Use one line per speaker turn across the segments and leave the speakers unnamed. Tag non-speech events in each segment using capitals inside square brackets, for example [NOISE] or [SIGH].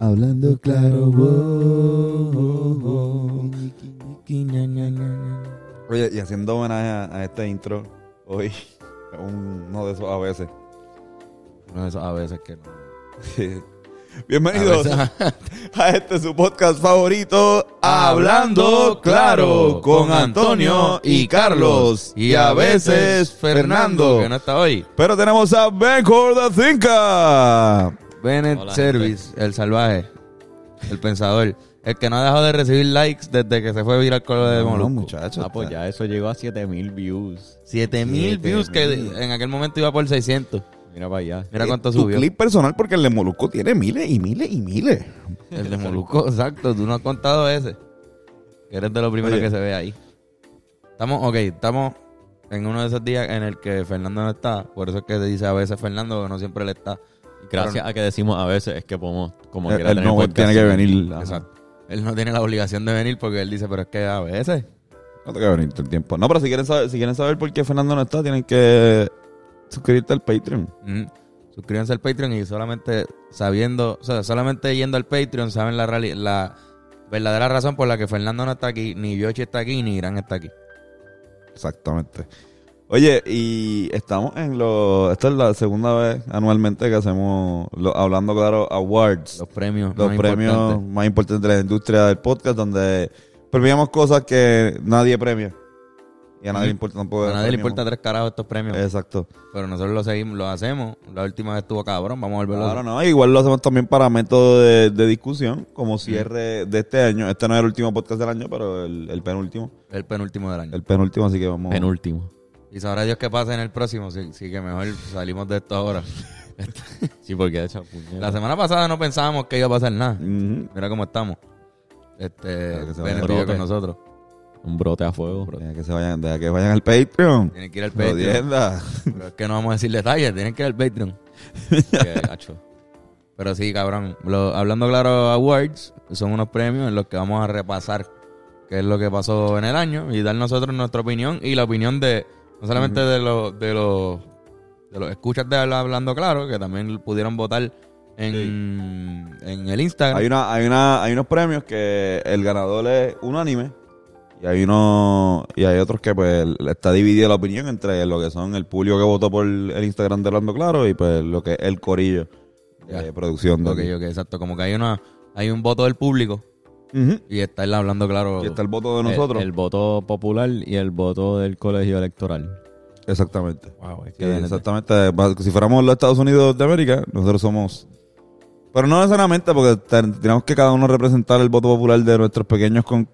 Hablando claro,
Oye, y haciendo homenaje a, a este intro, hoy, un- uno de esos a veces.
Uno de esos a veces que no.
Bienvenidos
A
[LAUGHS] a, este su podcast favorito, Hablando Claro, con Antonio y Carlos, y a veces Fernando.
Que no está hoy.
Pero tenemos a Ben the
Ah,
Thinker.
Bennett
Hola,
Service, el salvaje, el pensador, el que no ha dejado de recibir likes desde que se fue viral con lo de
No,
Molusco.
muchachos.
Ah, pues ya eso llegó a 7000 views.
7000 views que
7000.
en aquel momento iba por 600.
Mira para allá.
Mira cuánto
eh, tu
subió.
clip personal, porque el de Molusco tiene miles y miles y miles.
El de Molusco, exacto. Tú no has contado ese. Que eres de lo primero
Oye.
que se ve ahí. Estamos, ok, estamos en uno de esos días en el que Fernando no está. Por eso es que se dice a veces Fernando, que no siempre le está.
Gracias a que decimos a veces es que podemos como
Él
quiera
él
tener
no
podcast.
tiene que venir. ajá.
Exacto. Él no tiene la obligación de venir porque él dice, pero es que a veces.
No tengo que venir todo el tiempo. No, pero si quieren saber, si quieren saber por qué Fernando no está, tienen que suscribirte al Patreon.
Mm. Suscríbanse al Patreon y solamente sabiendo, o sea, solamente yendo al Patreon saben la, reali- la verdadera razón por la que Fernando no está aquí, ni Yoshi está aquí, ni Irán está aquí.
Exactamente. Oye, y estamos en los... Esta es la segunda vez anualmente que hacemos los Hablando Claro Awards.
Los premios.
los
más
premios
importantes.
más importantes de la industria del podcast, donde premiamos cosas que nadie premia. Y a nadie le
Ujú.
importa
A
tampoco.
nadie le
premiamos.
importa tres carajos estos premios.
Exacto.
Pero nosotros lo seguimos, lo hacemos. La última vez estuvo cabrón, vamos a volverlo a
Claro, no, igual lo hacemos también para método de, de discusión, como cierre de este año. Este no es el último podcast del año, pero el, el penúltimo.
hacer. El penúltimo del año.
El penúltimo, así que vamos.
Penúltimo.
Y sabrá Dios qué pasa en el próximo, sí, sí que mejor salimos de esto ahora.
Sí, porque de hecho,
La semana pasada no pensábamos que iba a pasar nada.
Ujú.
Mira cómo estamos. Este,
Mm. Claro que se
Ben
vaya
estuvo
brote.
con nosotros.
un brote a fuego.
Deja que se vayan, deja que vayan al Patreon.
Tienen que ir al Patreon. [LAUGHS]
Jodienda.
Pero es que no vamos a decir detalles, tienen que ir al
[LAUGHS]
Patreon.
Que,
[LAUGHS]
hacho,
Pero sí, cabrón. Lo- hablando claro, Awards son unos premios en los que vamos a repasar qué es lo que pasó en el año y dar nosotros nuestra opinión y la opinión de, no solamente de los, de los, de los escuchas de Habla- Hablando Claro, que también pudieron votar en, en el Instagram.
Hay, una, hay, una, hay unos premios que el ganador es unánime y hay uno y hay otros que pues está dividida la opinión entre lo que son el público que votó por el Instagram de Orlando Claro y pues lo que es el corillo de
Ya.
producción. De
Ok,
aquí.
ok, exacto. Como que hay una, hay un voto del público
Ujú.
y está el Hablando Claro.
Y está el voto de
el-
nosotros.
El, voto popular y el voto del colegio electoral.
Exactamente.
este
Wow, es
Sí, exactamente. Va- Si fuéramos los Estados Unidos de América, nosotros somos... Pero no necesariamente porque ten- tenemos que cada uno representar el voto popular de nuestros pequeños con,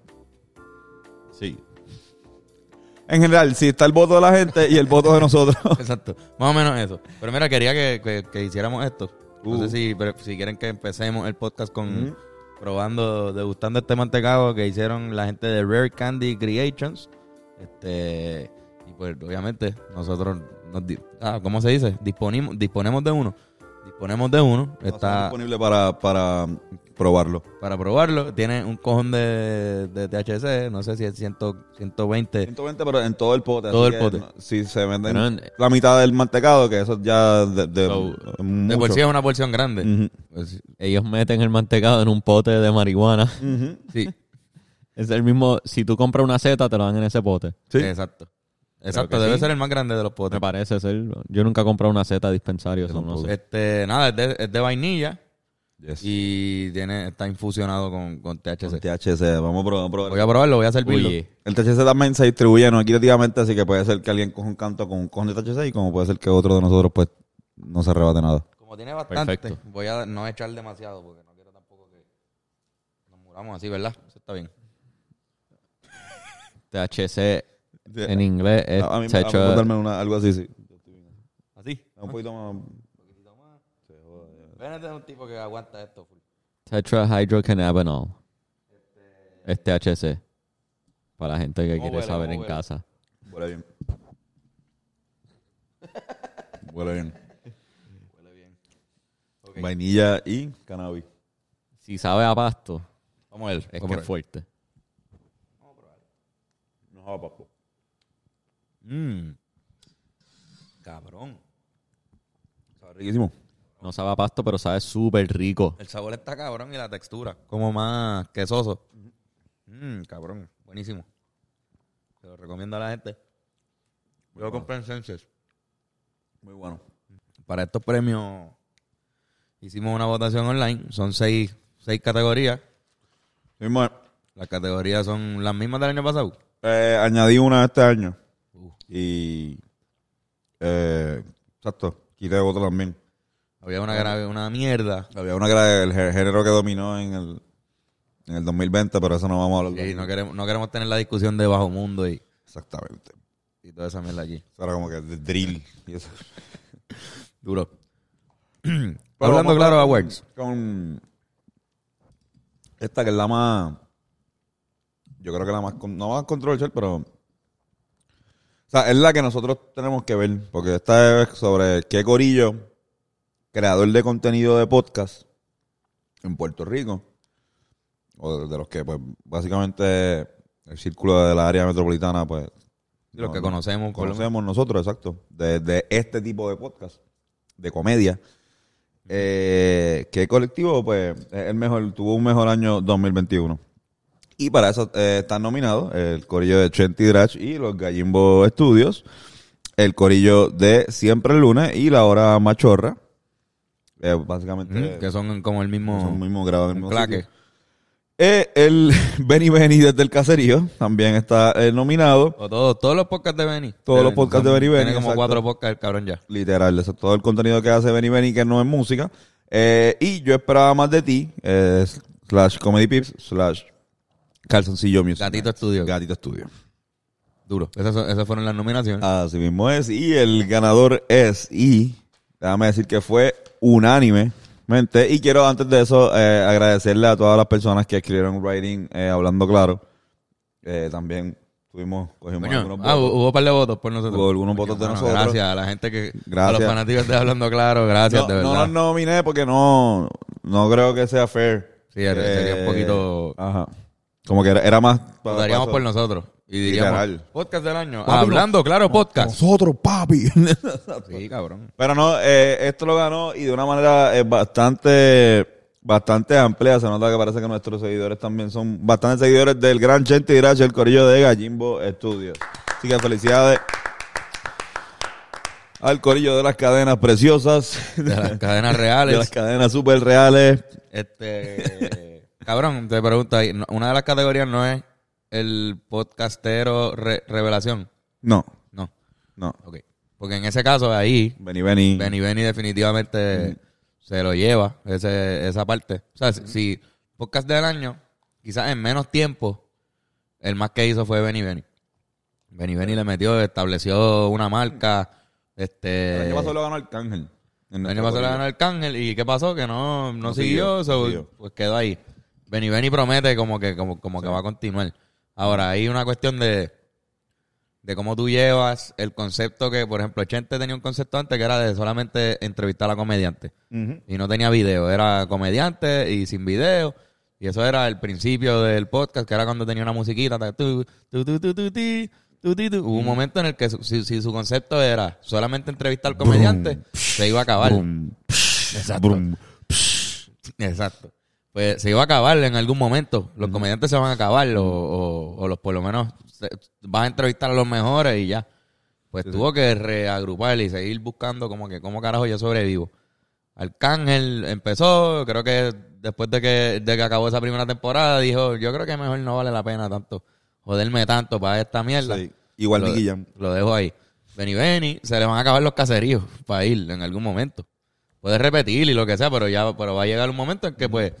Sí.
En general, si está el voto de la gente y el voto de nosotros.
[LAUGHS] Exacto, más o menos eso. Pero mira, quería que, que- que hiciéramos esto. No
Uh.
sé si, pero si quieren que empecemos el podcast con
Ujú.
probando, degustando este mantecado que hicieron la gente de Rare Candy Creations. Este, y pues obviamente nosotros nos di- ah, ¿cómo se dice? Disponimos, disponemos de uno. Disponemos de uno.
Está
Está
disponible para, para probarlo.
para probarlo. Tiene un cojón de, de THC, no sé si es 100, 120.
120, pero en todo el pote.
Todo
así
el
que
pote.
no- si se venden
Pero en-
la mitad del mantecado, que eso ya de, de,
So,
De por
mucho. Mm.
sí es una porción grande.
Ujú.
Pues,
Ellos meten el mantecado en un pote de marihuana.
Ujú.
sí.
Es el mismo. Si tú compras una seta, te lo dan en ese pote.
Sí.
Exacto. Exacto,
que
debe
sí.
ser el más grande de los
Me
potes.
parece ser. Yo nunca he comprado una seta a dispensario. eso no
tampoco.
sé.
Este, nada, es de, es de vainilla
Yes.
y tiene, está infusionado con, con THC.
Con THC, vamos a probar. vamos a probar.
Voy a probarlo, voy a servirlo.
Oye,
El THC también se distribuye no equitativamente, así que puede ser que alguien coja un canto con un cojón de THC y como puede ser que otro de nosotros pues no se arrebate nada.
Como tiene bastante,
Perfecto.
voy a no echar demasiado porque no quiero tampoco que nos muramos así, ¿verdad? Eso está bien.
THC Este en este inglés es
Eh, a, a mí me
techo-
gusta darme una- algo así, sí.
Así.
Un poquito más...
Vénete es un tipo que aguanta esto. full.
tetrahydrocannabinol. Es THC. Este Para la gente que
¿Cómo
quiere
huele?
saber
¿Cómo
en
huele?
casa.
Huele bien. Huele bien.
Huele bien. Ok,
Vainilla y cannabis.
Si sabe a pasto,
Vamos a ver.
es
vamos
que
a
es
ver.
fuerte.
No, papá.
Mm. Mm. Cabrón.
Sabe riquísimo.
No sabe a pasto, pero sabe súper rico.
El sabor está cabrón y la textura, como más quesoso. Mmm, cabrón, buenísimo. Se lo recomiendo a la gente. Yo lo compré en Senses.
Muy bueno.
Para estos premios hicimos una votación online. Son seis, seis categorías.
Mismo,
Las categorías son las mismas del año pasado.
eh, añadí una este año.
Uh.
Y. eh, exacto. Quité otra también.
Había una, gra- una mierda.
Había una que era el gé- género que dominó en el, en el 2020, pero eso no vamos a hablar. de
Y no queremos, no queremos tener la discusión de bajo mundo y,
Exactamente.
y toda esa mierda allí.
Eso era como que de drill. y eso.
Duro. [CLEARS THROAT]
Pero
Hablando
vamos
claro,
con-
Awards.
Con esta que es la más. Yo creo que la más. con- No más controversial, pero. O sea, es la que nosotros tenemos que ver. Porque esta es sobre qué Corillo, creador de contenido de podcast en Puerto Rico, o de, de los que, pues, básicamente el círculo de la área metropolitana, pues.
Los
no-
que
no-
conocemos, por lo menos.
conocemos Pues nosotros, exacto, de, de este tipo de podcast, de comedia. Eh, que colectivo, pues, es el mejor, tuvo un mejor año 2021. Y para eso eh, están nominados el corillo de Chenti Drach y los Gallimbo Studios, el corillo de Siempre el Lunes y La Hora Machorra. Eh, básicamente,
Ujú, ¿Mm? Que son como el mismo,
son mismo grado del
un
mismo
claque.
sitio. Eh, el [LAUGHS] Benny Benny desde el caserío también está eh, nominado.
O todos, todos los podcasts de Benny.
Todos
De
los podcasts de Benny
Tiene
Benny,
como
exacto.
cuatro podcasts el cabrón ya.
Literal, eso es todo el contenido que hace Benny Benny que no es música. Eh, y yo esperaba más de ti, eh, slash Comedy Pips, slash Calzoncillo Music.
Gatito Studio.
Gatito Studio.
Duro. Esas, son- esas fueron las nominaciones.
Así mismo es. Y el ganador es, y déjame decir que fue unánime. Y quiero antes de eso eh, agradecerle a todas las personas que escribieron writing eh, hablando claro. Eh, también tuvimos, cogimos
Coño,
algunos
ah,
votos.
hubo un par de votos por nosotros.
Hubo algunos
Coño,
votos de
mano,
nosotros.
Gracias a la gente que.
Gracias.
A los fanáticos de Hablando Claro, gracias,
no,
de
no
verdad.
los nominé porque no, no creo que sea fair. Eh,
Sí, era- sería un poquito-
Ajá. Como que era, era más. para-
Votaríamos
para-
por nosotros. Y diríamos.
Literal.
Podcast del año. Hablando Claro Podcast.
Nosotros, papi. [LAUGHS]
Sí, cabrón.
Pero no, eh, esto lo ganó y de una manera eh, bastante bastante amplia. Se nota que parece que nuestros seguidores también son bastantes seguidores del gran Chente Gracia, el corillo de Gallimbo Studios. Así que felicidades al corillo de las cadenas preciosas, [LAUGHS]
De las
de las
cadenas reales.
cadenas super reales.
Este. Cabrón, te pregunto ahí. no- Una de las categorías no es el podcastero re- revelación.
No,
No.
no.
Ok. Porque en ese caso, ahí,
Benny Benny.
Benny Benny definitivamente se lo lleva ese- esa parte. O sea, si- si podcast del año, quizás en menos tiempo, el más que hizo fue Benny Benny. Benny Benny le metió, estableció una marca. Este,
El año pasado lo ganó Arcángel. En
el año
nuestra
pasado le
corrida.
ganó Arcángel y ¿qué pasó? Que no, no,
No
siguió,
siguió,
so,
no siguió.
pues quedó ahí. Benny Benny promete como que, como, como que va a continuar. Ahora, hay una cuestión de, de cómo tú llevas el concepto que, por ejemplo, Chente tenía un concepto antes que era de solamente entrevistar a comediantes.
Ujú.
Y no tenía video, era comediante y sin video. Y eso era el principio del podcast, que era cuando tenía una musiquita. ta- tu, tu, tu, tu, tu, ti, tu, ti, tu. Hubo un momento en el que su- si, si su concepto era solamente entrevistar comediantes, se iba a acabar.
Brum, psh, brum.
Exacto. Pues se iba a acabar en algún momento. Los comediantes se van a acabar o, o- o los por lo menos se- vas a entrevistar a los mejores y ya. Pues tuvo que reagrupar y seguir buscando como que cómo carajo yo sobrevivo. Arcángel empezó, creo que después de que, de que acabó esa primera temporada, dijo, yo creo que mejor no vale la pena tanto joderme tanto para esta mierda.
Sí. Igual
Lo-
Nicky Jam.
Lo dejo ahí. Benny Benny, se le van a acabar los caseríos para ir en algún momento. Puedes repetir y lo que sea, pero ya pero va a llegar un momento en que, pues,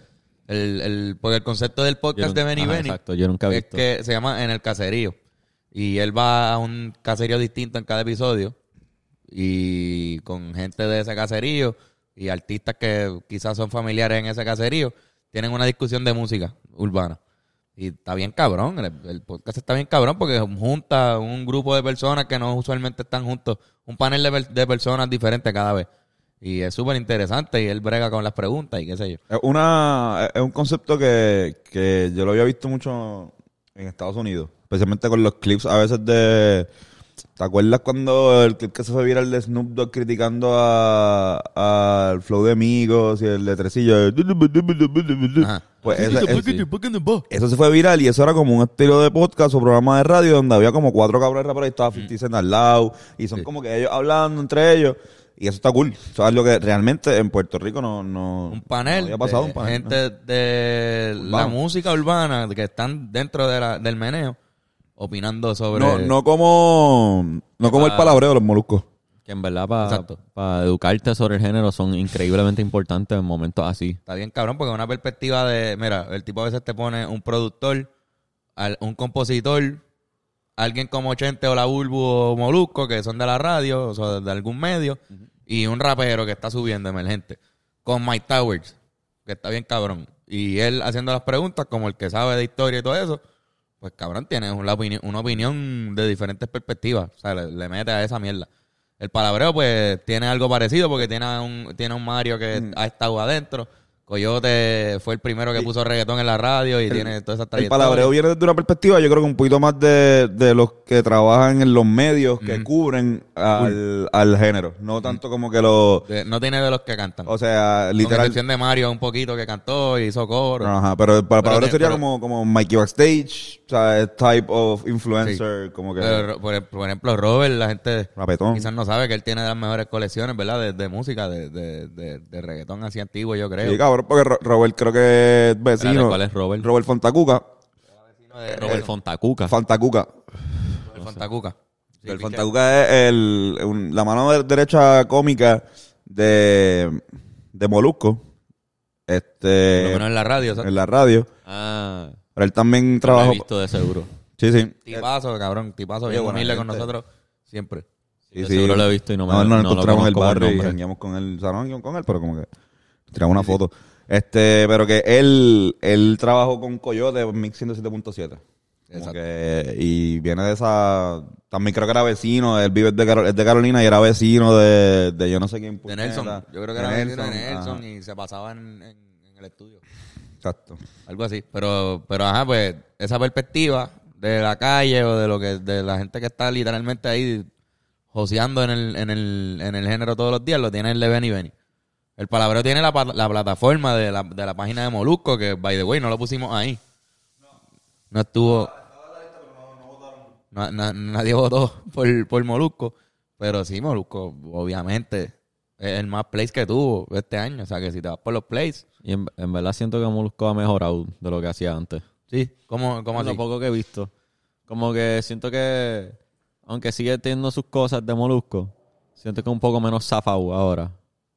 el, el, porque el concepto del podcast
Yo
de
nun-
Benny
ajá,
Benny
Exacto, yo nunca he
es
visto.
que se llama En el Caserío. Y él va a un caserío distinto en cada episodio y con gente de ese caserío y artistas que quizás son familiares en ese caserío, tienen una discusión de música urbana. Y está bien cabrón, el, el podcast está bien cabrón porque junta un grupo de personas que no usualmente están juntos, un panel de, per- de personas diferentes cada vez. Y es súper interesante y él brega con las preguntas y qué sé yo.
Es una, es un concepto que, que yo lo había visto mucho en Estados Unidos, especialmente con los clips a veces de, ¿Te acuerdas cuando el clip que se fue viral de Snoop Dogg criticando a- al flow de amigos y el de Tresillo?
Ajá.
Pues ese- ese- eso se fue viral y eso era como un estilo de podcast o programa de radio donde había como cuatro cabrones raperos y estaba
Mm.
50 Cent al lado y son como que ellos hablando entre ellos y eso está cool. Eso es lo que realmente en Puerto Rico no... no
un panel,
no había pasado
de
un panel. ¿no?
gente de la
Urbano.
música urbana que están dentro de la- del meneo opinando sobre
No, no como, no como el palabreo de los moluscos.
Que en verdad para
Exacto.
educarte sobre el género son increíblemente importantes en momentos así.
Está bien cabrón porque es una perspectiva de, mira, el tipo a veces te pone un productor, al- un compositor, alguien como Chente o La Bulbu o Molusco, que son de la radio, o sea, de algún medio, y un rapero que está subiendo emergente, con Mike Towers, que está bien cabrón. Y él haciendo las preguntas, como el que sabe de historia y todo eso, pues cabrón, tiene una opinión, una opinión de diferentes perspectivas. O sea, le, le mete a esa mierda. El palabreo, pues, tiene algo parecido porque tiene a un, tiene a un Mario que
Mm.
ha estado adentro. Coyote fue el primero que puso reggaetón en la radio y tiene toda esa
El
trayectoria.
palabreo viene desde una perspectiva, yo creo que un poquito más de, de los que trabajan en los medios que cubren al, al género. No tanto como que los...
De- no tiene de los que cantan.
O sea,
Con
Oh, literal...
excepción de Mario, un poquito que cantó y hizo coro.
No, ajá, pero para
Pero
palabras
te-
sería
pero-
como, como Mikey Backstage, o sea, es type of influencer, como que
Pero, ro- por, e- por ejemplo, Robert, la gente
rapetón.
quizás no sabe que él tiene de las mejores colecciones, ¿verdad? De, de música, de, de, de- de reggaetón así antiguo, yo creo.
Sí, cabrón, porque Ro- Robert creo que es vecino.
Espérate, ¿cuál es Robert? Ah.
Robert Fontacuca.
Vecino de-
Robert Fontacuca.
Fantacuca.
Robert Fontacuca. Sí,
el
Cristian.
Fantacuca es el, un- la mano de- derecha cómica de, de Molusco.
Por lo
Este,
menos en la radio, o sea,
en la radio.
Ah,
Pero él también
lo he
trabajó.
visto de seguro.
Sí, sí.
tipazo, cabrón, tipazo,
Oye,
bien
buena
humilde con
gente.
nosotros, siempre.
Sí,
De
sí.
seguro lo he visto y no me
No, no,
no lo
encontramos en el
conozco por
barrio y
nombre.
jangueamos con él. O sea, no con él, pero como que tiramos una foto. Este, pero que él, él trabajó con Coyote en Mix 107.7. Como
Exacto.
que- Y viene de esa. También creo que era vecino. Él vive es de, Carol- es de Carolina y era vecino de, de yo no sé quién.
De Nelson,
puñeta.
yo creo que era vecino de Nelson
ajá.
y se pasaba en- en- en el estudio.
Exacto.
Algo así. Pero, pero ajá, pues, esa perspectiva de la calle o de lo que, de la gente que está literalmente ahí joseando en el, en el, en el género todos los días, lo tiene el de Benny Benny. El palabreo tiene la, pa- la plataforma de la, de la página de Molusco, que by the way, no lo pusimos ahí. No estuvo. Na- na- nadie votó por, por Molusco. Pero sí, Molusco, obviamente, es el más plays que tuvo este año. O sea que si te vas por los plays,
Y en, en verdad siento que Molusco ha mejorado de lo que hacía antes.
sí, ¿cómo, cómo
Por lo
así?
poco que he visto. Como que siento que, aunque sigue teniendo sus cosas de Molusco, siento que es un poco menos zafau ahora.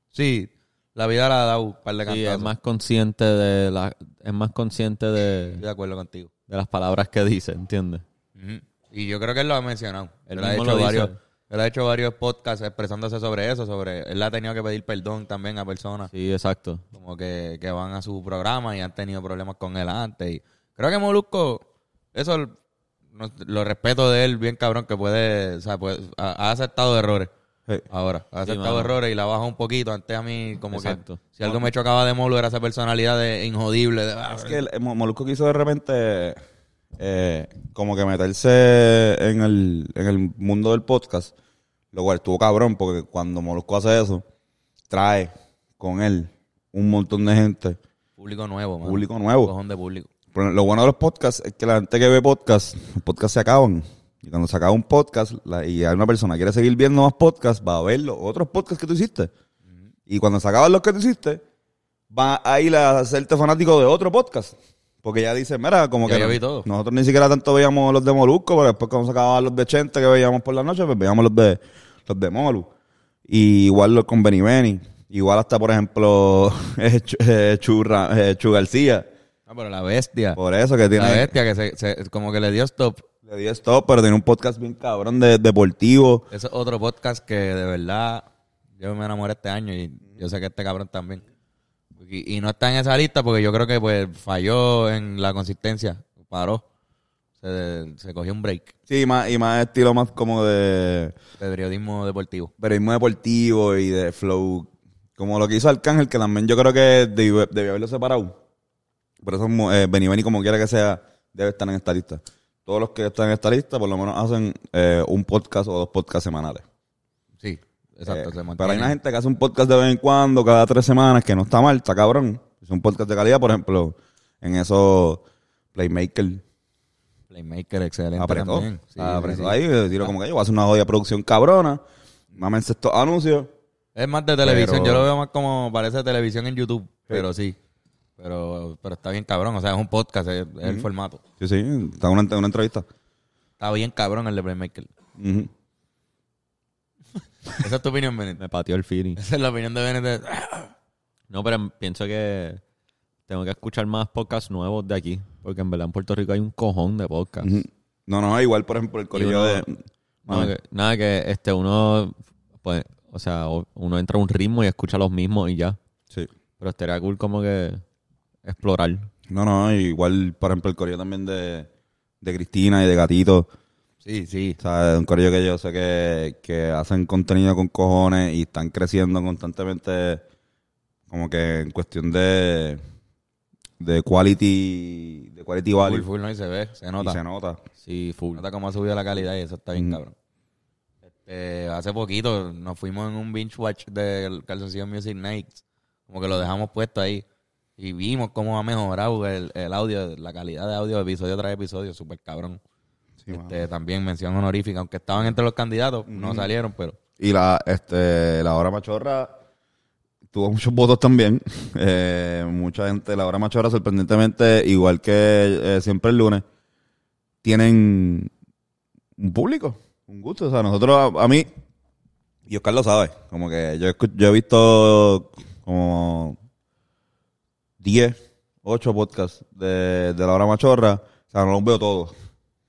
Sí, la vida la ha dado un par de
Sí,
cantazos.
es más consciente de la, es más consciente de,
Estoy de acuerdo contigo.
de las palabras que dice, ¿entiendes?
Ujú. Y yo creo que él lo ha mencionado.
Él
él, ha
mismo
hecho
lo dice.
varios, él ha hecho varios podcasts expresándose sobre eso. sobre Él ha tenido que pedir perdón también a personas
Sí, exacto.
como que, que van a su programa y han tenido problemas con él antes. Y creo que Molusco, eso l- no- lo respeto de él bien cabrón, que puede, o sea, puede- ha, ha aceptado errores.
Sí.
Ahora, ha aceptado
mano.
errores y la baja un poquito. Antes a mí, como
Exacto.
que si algo me chocaba de Molu era esa personalidad de injodible. de- "Ah,
Es que el, el Mo- Molusco quiso de repente eh, como que meterse en el, en el mundo del podcast, lo cual estuvo cabrón, porque cuando Molusco hace eso, trae con él un montón de gente.
Público nuevo, mano.
Público nuevo.
Cojón de público.
Pero lo bueno de los podcasts es que la gente que ve podcasts, los podcasts se acaban. Y cuando se acaba un podcast la- y hay una persona que quiere seguir viendo más podcasts, va a ver los otros podcasts que tú hiciste. Y cuando se acaban los que tú hiciste, va a ir a hacerte fanático de otro podcast. Porque ya dicen, mira, como
Ya
que
yo
no-
vi todo.
nosotros ni siquiera tanto veíamos los de Molusco, pero después cuando se acababan los de Chente que veíamos por la noche, pues veíamos los de los de Molu. Y igual los con Benny Benny. Igual hasta, por ejemplo, [LAUGHS] eh, Chu- eh, Chu Ra- eh, Chu García.
Ah, pero la bestia.
Por eso que tiene...
La bestia que se, se- como que le dio stop.
Le di stop, pero tiene un podcast bien cabrón de deportivo.
Ese es otro podcast que de verdad yo me enamoré este año y yo sé que este cabrón también. Y, y no está en esa lista porque yo creo que pues falló en la consistencia. Paró. Se, se cogió un break.
Sí, más, y más estilo más como de
Periodismo deportivo.
periodismo deportivo y de flow. Como lo que hizo Arcángel, que también yo creo que debió, debió haberlo separado. Por eso eh, Benny Benny, como quiera que sea, debe estar en esta lista. todos los que están en esta lista por lo menos hacen eh, un podcast o dos podcasts semanales.
Sí, exacto.
Eh,
se mantiene.
pero hay una gente que hace un podcast de vez en cuando, cada tres semanas, que no está mal, está cabrón. Es un podcast de calidad, por ejemplo, en esos Playmaker.
Playmaker, excelente
apretó.
también. Sí,
apretó
sí, sí.
ahí, eh, tiro como que yo voy a hacer una jodida producción cabrona. Mámense estos anuncios.
Es más de televisión,
Pero-
yo lo veo más como parece televisión en YouTube, pero sí. Pero, pero está bien cabrón, o sea, es un podcast, es, es el formato.
Sí, sí, está una, una entrevista.
Está bien cabrón el de Playmaker.
Ujú.
Esa es tu opinión, Benito.
[LAUGHS] Me pateó el feeling.
Esa es la opinión de Benito.
No, pero pienso que tengo que escuchar más podcasts nuevos de aquí. Porque en verdad en Puerto Rico hay un cojón de podcasts.
Ujú. No, no, igual, por ejemplo, el corillo
uno-
de.
No,
Mano,
que- nada, que este uno, pues, o sea, o- uno entra a un ritmo y escucha los mismos y ya.
sí.
Pero estaría cool como que explorar.
No, no, igual, por ejemplo, el corillo también de, de Cristina y de Gatito.
Sí, sí.
O sea, es un corillo que yo sé que, que hacen contenido con cojones y están creciendo constantemente, como que en cuestión de, de quality, de quality value.
Full, full, ¿no? Y se ve, se
Y
nota.
se nota.
Sí, full.
Nota cómo ha subido la calidad y eso está bien,
Ujú.
cabrón. Este, hace poquito nos fuimos en un binge watch del Calzoncillo Music Nights. Como que lo dejamos puesto ahí. Y vimos cómo ha mejorado el, el audio, la calidad de audio de episodio tras episodio. Súper cabrón.
Sí, mano.
Este, también mención honorífica. Aunque estaban entre los candidatos, no salieron, pero...
Y la, este, la hora machorra tuvo muchos votos también. [LAUGHS] Eh, mucha gente, la hora machorra, sorprendentemente, igual que eh, siempre el lunes, tienen un público, un gusto. O sea, nosotros, a, a mí, y Oscar lo sabe, como que yo, escu- yo he visto como 10, 8 podcasts de, de la hora machorra. O sea, no los veo todos.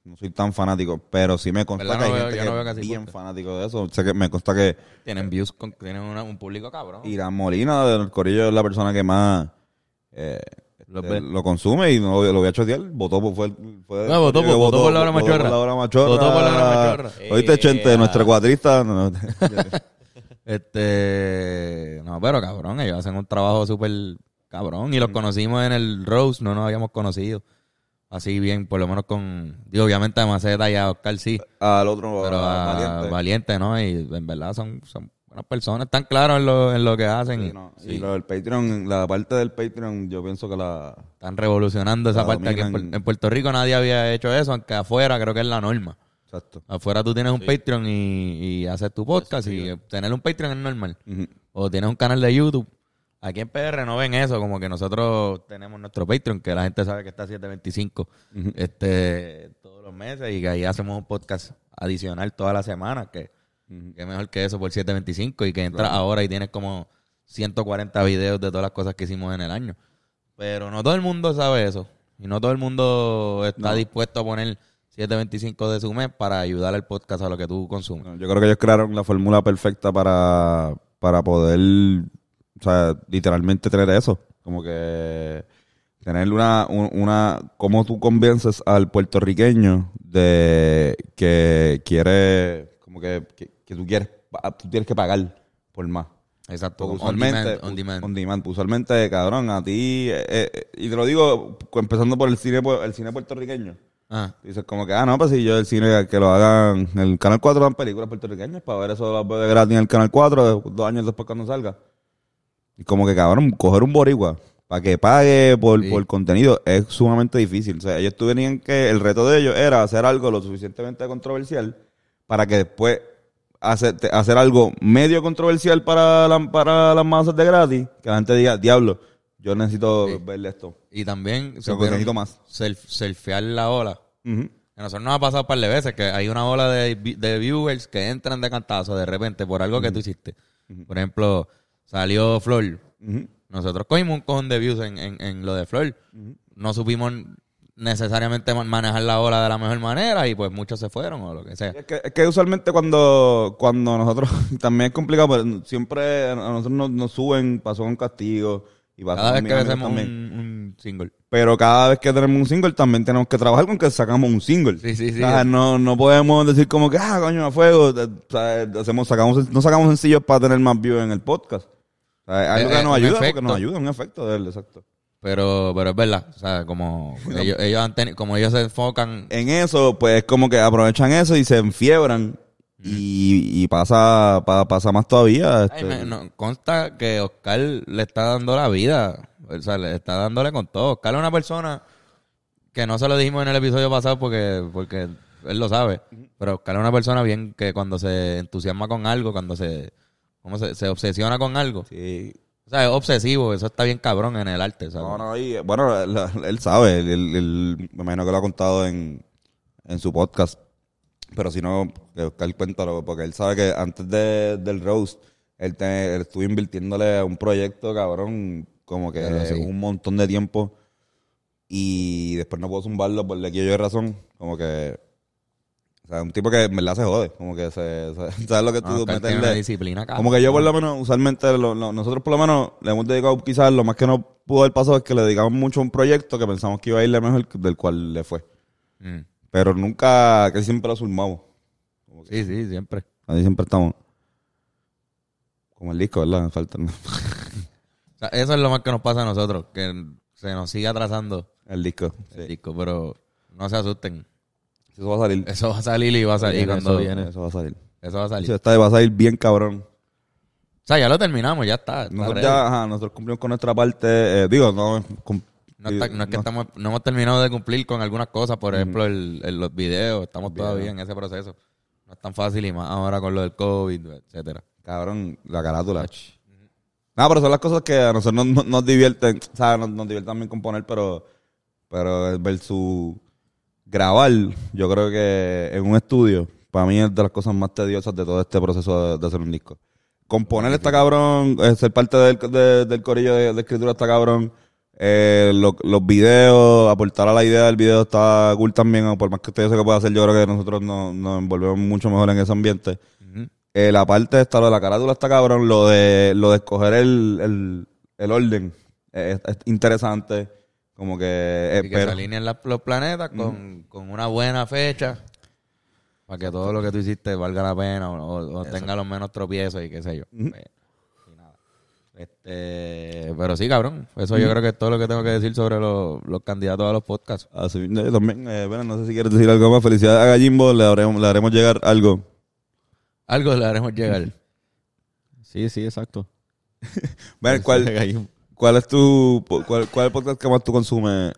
No soy tan fanático, pero sí me consta que
¿Verdad?
hay
No veo-
gente
yo
que
no veo
es
casi
bien
podcast.
fanático de eso. O sea, que me consta que
Tienen views, con- tienen una- un público cabrón.
Irán Molina del Corillo es la persona que más eh,
Lo
este,
ve.
lo consume y no lo voy a chotear. Votó por, fue, fue-
No, votó por- votó por la hora
votó
machorra.
por la hora machorra.
Votó por la hora machorra.
Oíste,
Eh,
Chente,
ah.
nuestra cuadrista. [LAUGHS] No,
[LAUGHS]
no.
Este, no, pero cabrón, ellos hacen un trabajo súper cabrón y
Mm.
los conocimos en el Rose, no nos habíamos conocido. Así bien, por lo menos con, digo, obviamente a Maceta y a Oscar sí,
al otro,
pero
a
a
Ah, Valiente.
Valiente, ¿no? Y en verdad son, son buenas personas, están claros en lo, en lo que hacen,
Sí,
y
no.
sí,
Y lo del Patreon, la parte del Patreon, yo pienso que la.
están revolucionando esa
La
parte aquí en,
dominan.
Puer- en Puerto Rico nadie había hecho eso, aunque afuera creo que es la norma.
Exacto.
Afuera tú tienes un Patreon y, y haces tu podcast y eh, tener un Patreon es normal.
Pues, Ujú.
o tienes un canal de YouTube. Aquí en PR no ven eso, como que nosotros tenemos nuestro Patreon, que la gente sabe que está a 725 este, todos los meses y que ahí hacemos un podcast adicional toda la semana, que, que mejor que eso por 725 y que entras ahora y tienes como 140 videos de todas las cosas que hicimos en el año. Pero no todo el mundo sabe eso y no todo el mundo está dispuesto a poner 725 de su mes para ayudar al podcast a lo que tú consumes.
No, Yo creo que ellos crearon la fórmula perfecta para, para poder, o sea, literalmente tener eso. Como que tener una, un- una, cómo tú convences al puertorriqueño de que quiere, como que, que, que tú quieres, pa- tú tienes que pagar por más.
Exacto,
Porque
como on
usualmente,
demand, on demand.
on demand, usualmente, cabrón, a ti, eh, eh, y te lo digo cu- empezando por el cine, pu- el cine puertorriqueño.
Ah,
Dices como que, ah, no, pues si yo el cine que lo hagan, en el Canal 4 dan películas puertorriqueñas para ver eso las veo de gratis en el Canal 4, de- dos años después cuando salga. Y como que, cabrón, coger un boricua para que pague por,
Sí.
por contenido es sumamente difícil. O sea, ellos tuvieron que, el reto de ellos era hacer algo lo suficientemente controversial para que después hacer, te- hacer algo medio controversial para, la- para las masas de gratis, que la gente diga, diablo, yo necesito
Sí.
verle esto.
Y también
Yo necesito más.
surf- surfear la ola.
Ujú.
A nosotros nos ha pasado un par de veces que hay una ola de, vi- de viewers que entran de cantazo de repente por algo que tú hiciste. Por ejemplo, salió Flor.
Ujú.
Nosotros cogimos un cojón de views en, en- en lo de Flor. No supimos necesariamente man- manejar la ola de la mejor manera y pues muchos se fueron o lo que sea.
Es que, es que usualmente cuando, cuando nosotros, [LAUGHS] también es complicado, pero siempre a nosotros nos, nos suben, pasó un castigo y pasó
Cada
con
vez
mis
que
amigos
hacemos un,
también.
un single.
Pero cada vez que tenemos un single también tenemos que trabajar con que sacamos un single.
Sí, sí, sí.
O sea, no, no podemos decir como que, ah, coño, a fuego. O sea, hacemos, sacamos, no sacamos sencillos para tener más views en el podcast. O sea, es algo
Eh,
que
eh,
nos
un
ayuda, porque
efecto.
nos ayuda, un efecto de él, exacto.
Pero, pero es verdad. O sea,
[LAUGHS]
como ellos, ellos han teni- como ellos se enfocan.
En eso, pues como que aprovechan eso y se enfiebran. Y, y pasa, pa- pasa más todavía.
Ay,
este.
me- no, consta que Oscar le está dando la vida. O sea, le está dándole con todo. Oscar es una persona que no se lo dijimos en el episodio pasado porque, porque él lo sabe. Pero Oscar es una persona bien que cuando se entusiasma con algo, cuando se, ¿cómo se, se obsesiona con algo.
Sí.
O sea, es obsesivo. Eso está bien cabrón en el arte. ¿sabes?
No, no, y, bueno, la- la- él sabe, él, él- él- me imagino que lo ha contado en, en su podcast, pero si no, que Oscar cuéntalo, porque él sabe que antes de- del roast, él, te- él estuvo invirtiéndole a un proyecto, cabrón, como que
Claro, sí.
un montón de tiempo, y después no puedo zumbarlo por la que yo de razón, como que... O sea, un tipo que en verdad se jode, como que se... se- [LAUGHS] ¿Sabes lo que tú
No, Ah, Oscar tiene
meterle?
una disciplina, cabrón.
Como que yo por lo menos, usualmente, lo- lo- nosotros por lo menos le hemos dedicado quizás lo más que no pudo haber pasado es que le dedicamos mucho a un proyecto que pensamos que iba a irle mejor del cual le fue.
Mm.
Pero nunca, que siempre lo sumamos.
Sí, sí, siempre.
Ahí siempre estamos. Como el disco, ¿verdad? Falta [LAUGHS] el,
O sea, eso es lo más que nos pasa a nosotros, que se nos sigue atrasando
el disco. sí.
el disco, pero no se asusten.
Eso va a salir.
Eso va a salir y va a salir
Viene,
cuando
eso
viene.
viene.
Eso va a salir.
Eso va a salir.
Eso está, va a salir bien cabrón.
O sea, ya lo terminamos, ya está. está
Nosotros
ready.
ya, ajá, nosotros cumplimos con nuestra parte. eh, digo, no. cum-
no, está- no es que
no-
estamos, no hemos terminado de cumplir con algunas cosas, por ejemplo, el- el- los videos, estamos todavía en ese proceso. No es tan fácil y más ahora con lo del COVID, etcétera.
Eh, Cabrón, la carátula. No, pero son las cosas que a nosotros nos, nos- nos divierten. O sea, nos, nos divierten también componer, pero, pero ver su grabar, yo creo que en un estudio, para mí es de las cosas más tediosas de todo este proceso de, de hacer un disco. Componer está cabrón, eh, ser parte del, de- del corillo de, de escritura está cabrón. eh, lo- los videos, aportar a la idea del video está cool también, o por más que ustedes se que pueda hacer, yo creo que nosotros nos, nos envolvemos mucho mejor en ese ambiente. Eh, la parte está lo de la carátula está cabrón, lo de lo de escoger el, el, el orden eh, es, es interesante, como que eh,
Y que se
pero-
alineen las- los planetas con, con una buena fecha para que todo lo que tú hiciste valga la pena o, o- o tenga los menos tropiezos y qué sé yo. Pues, y nada. Este, pero sí, cabrón. Eso yo creo que es todo lo que tengo que decir sobre los- los candidatos a los podcasts.
Así mismo, yo también, Ah, eh, bueno, no sé si quieres decir algo más. Felicidades a Gallimbo, le haremos, le haremos llegar algo.
Algo le haremos llegar.
Sí, sí, exacto.
Ven,
[LAUGHS]
¿cuál, ¿cuál es tu po- cuál, cuál es el podcast que más tú consumes?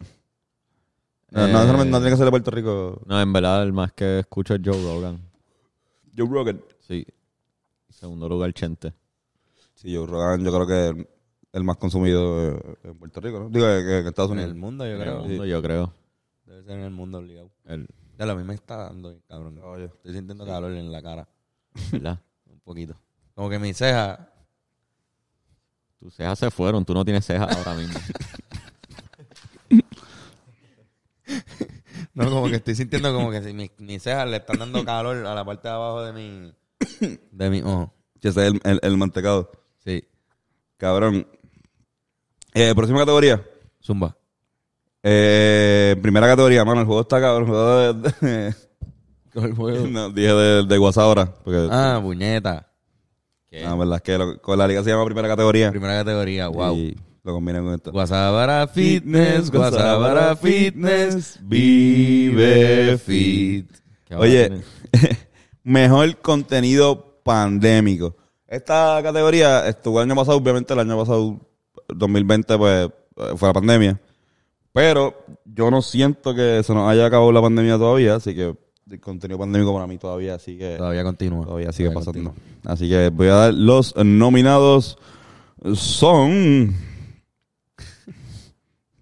No, no,
Eh.
no, no tiene que ser de Puerto Rico.
No, en verdad, el más que escucho es Joe Rogan.
Joe Rogan.
Sí. Segundo lugar, Chente.
Sí, Joe Rogan, yo creo que el, el más consumido eh, en Puerto Rico, ¿no? Digo, eh, que en Estados
En
Unidos.
el mundo, yo
En el
creo.
mundo, yo creo.
Debe ser en el Oh, mundo obligado.
El-
Ya lo mismo está dando, cabrón.
Oye.
Estoy sintiendo calor en la cara.
¿Verdad?
Un poquito. Como que mis cejas.
Tus cejas se fueron, tú no tienes cejas ahora
[LAUGHS]
mismo.
No, como que estoy sintiendo como que si mis, mis cejas le están dando calor a la parte de abajo de mi. De mi ojo.
Que ese es el, el, el mantecado.
Sí.
Cabrón. Eh, próxima categoría.
Zumba.
Eh, primera categoría, mano, el juego está cabrón. El juego de- [LAUGHS] no, dije de, de WhatsApp ahora. Porque,
Ah, puñeta.
Ah, verdad, es que lo- con la liga se llama primera categoría.
Primera categoría, wow.
Y lo combinan con esto.
Guasabara Fitness, Guasabara Fitness, vive fit.
Que ahora
Oye,
tienen-
eh.
[LAUGHS] mejor contenido pandémico. Esta categoría estuvo el año pasado, obviamente el año pasado, 2020, pues eh, fue la pandemia. Pero yo no siento que se nos haya acabado la pandemia todavía, así que el contenido pandémico para mí todavía sigue,
Todavía continúa.
todavía sigue pasando. Así que voy a dar los nominados son...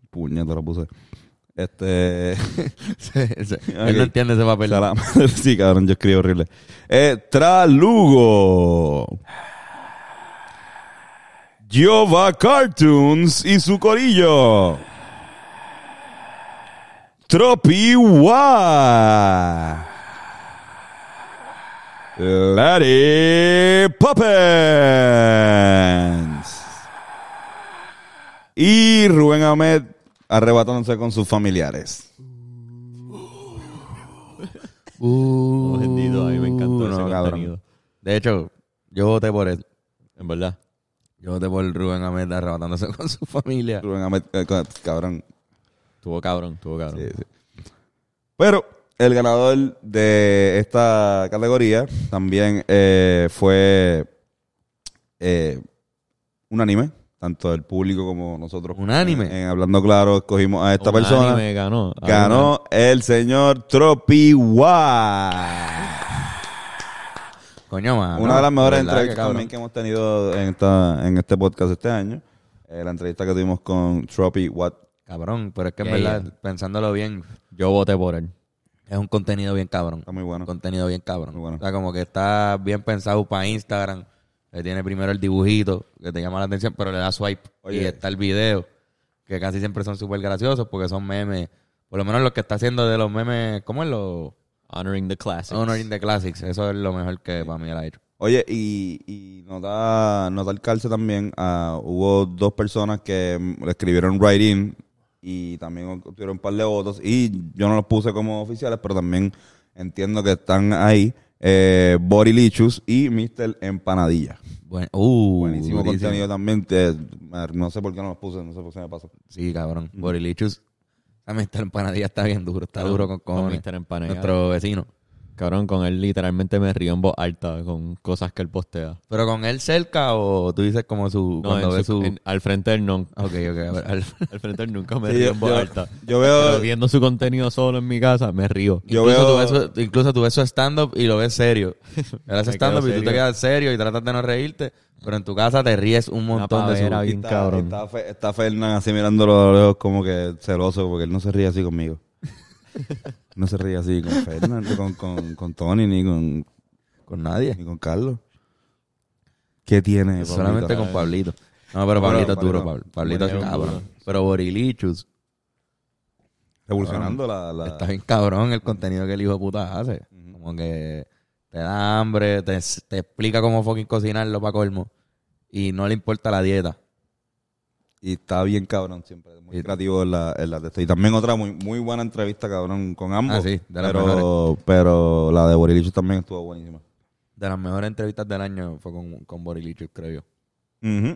Puñeta, lo puse. Este... [LAUGHS]
Sí, sí.
Ok.
Él no entiende ese papel.
O sea, la [LAUGHS] madre- sí, cabrón, yo escribo horrible. Eh, Tralugo. Jova Cartoons y su corillo. Tropi Wa. Larry Poppins. Y Rubén Ahmed arrebatándose con sus familiares.
Uh.
Oh, bendito, a mí me encantó
Uh, no,
ese
cabrón.
contenido.
De hecho, yo voté por él.
En verdad.
Yo voté por Rubén Ahmed arrebatándose [LAUGHS] con su familia.
Rubén Ahmed, eh, ca- cabrón.
Tuvo cabrón, tuvo cabrón.
Sí, sí. Pero el ganador de esta categoría también eh, fue eh, unánime, tanto el público como nosotros.
Unánime.
En, en hablando claro, escogimos a esta
Unánime
persona.
ganó.
Ah,
Ganó el señor Tropiwa.
Coño, mano.
Una de las mejores
Ah, ¿Verdad que,
entrevistas
cabrón?
también que hemos tenido en, esta- en este podcast este año. Eh, la entrevista que tuvimos con Tropi Watt.
Cabrón, pero es que en
Yeah,
verdad, pensándolo bien,
Yo voté por él.
es un contenido bien cabrón.
Está muy bueno.
Contenido bien cabrón.
Muy bueno.
O sea, como que está bien pensado para Instagram. Que tiene primero el dibujito, que te llama la atención, pero le da swipe.
Oye.
Y está el video, que casi siempre son súper graciosos porque son memes. Por lo menos los que está haciendo de los memes, ¿cómo es lo?
Honoring the Classics.
Honoring the Classics. Eso es lo mejor que para mí él ha hecho.
Oye, y, y nota, nota el calce también. ah, hubo dos personas que mm, le escribieron write-in y también obtuvieron un par de votos. Y yo no los puse como oficiales, pero también entiendo que están ahí. Eh, Bori Lichus y Mr. Empanadilla.
Buen- uh,
Buenísimo,
durísimo.
contenido también. te- no sé por qué no los puse, no sé por qué se me pasó.
Sí, cabrón. Borilichus. También está empanadilla, está bien duro. Está
Claro,
duro con
con
cojones.
Mr. Empanadilla.
Nuestro vecino.
Cabrón, con él literalmente me río en voz alta con cosas que él postea.
¿Pero con él cerca o tú dices como su...
No,
cuando
en
ves
su-
su...
en- al frente del no.
Ok, ok. a ver, al-
Al [LAUGHS] frente del nunca me
Sí,
río
yo-
en voz
yo-
alta.
yo veo-
Pero viendo su contenido solo en mi casa, me río.
Yo
incluso,
veo-
tú ves, su- incluso tú ves su stand-up y lo ves serio. Eres
Me
stand-up
quedo
y tú te
serio.
quedas serio y tratas de no reírte, pero en tu casa te ríes un montón de
pavera, Está
su...
bien, cabrón.
Está, Fe- está Fernan así mirándolo a lo lejos como que celoso porque él no se ríe así
[LAUGHS]
conmigo. no se ríe así con Fernan, ni con, con, con Tony, ni con,
Con nadie.
ni con Carlos. ¿Qué tiene? papito?
Solamente con Pablito. No, pero
No, pero
Pablito es duro,
Pablito-
Pablo. Pablito es
Pablito es
cabrón. Pero Borilichus
Revolucionando la... la-
Está bien cabrón el contenido que el hijo de puta hace. Como que te da hambre, te, te explica cómo fucking cocinarlo para colmo. Y no le importa la dieta.
Y está bien cabrón siempre. Muy creativo en la, en la de esto. Y también otra muy, muy buena entrevista, cabrón, con ambos.
Ah, sí, de las
pero, pero la de Borilicho también estuvo buenísima.
De las mejores entrevistas del año fue con, con Borilichus, creo yo.
Ujú.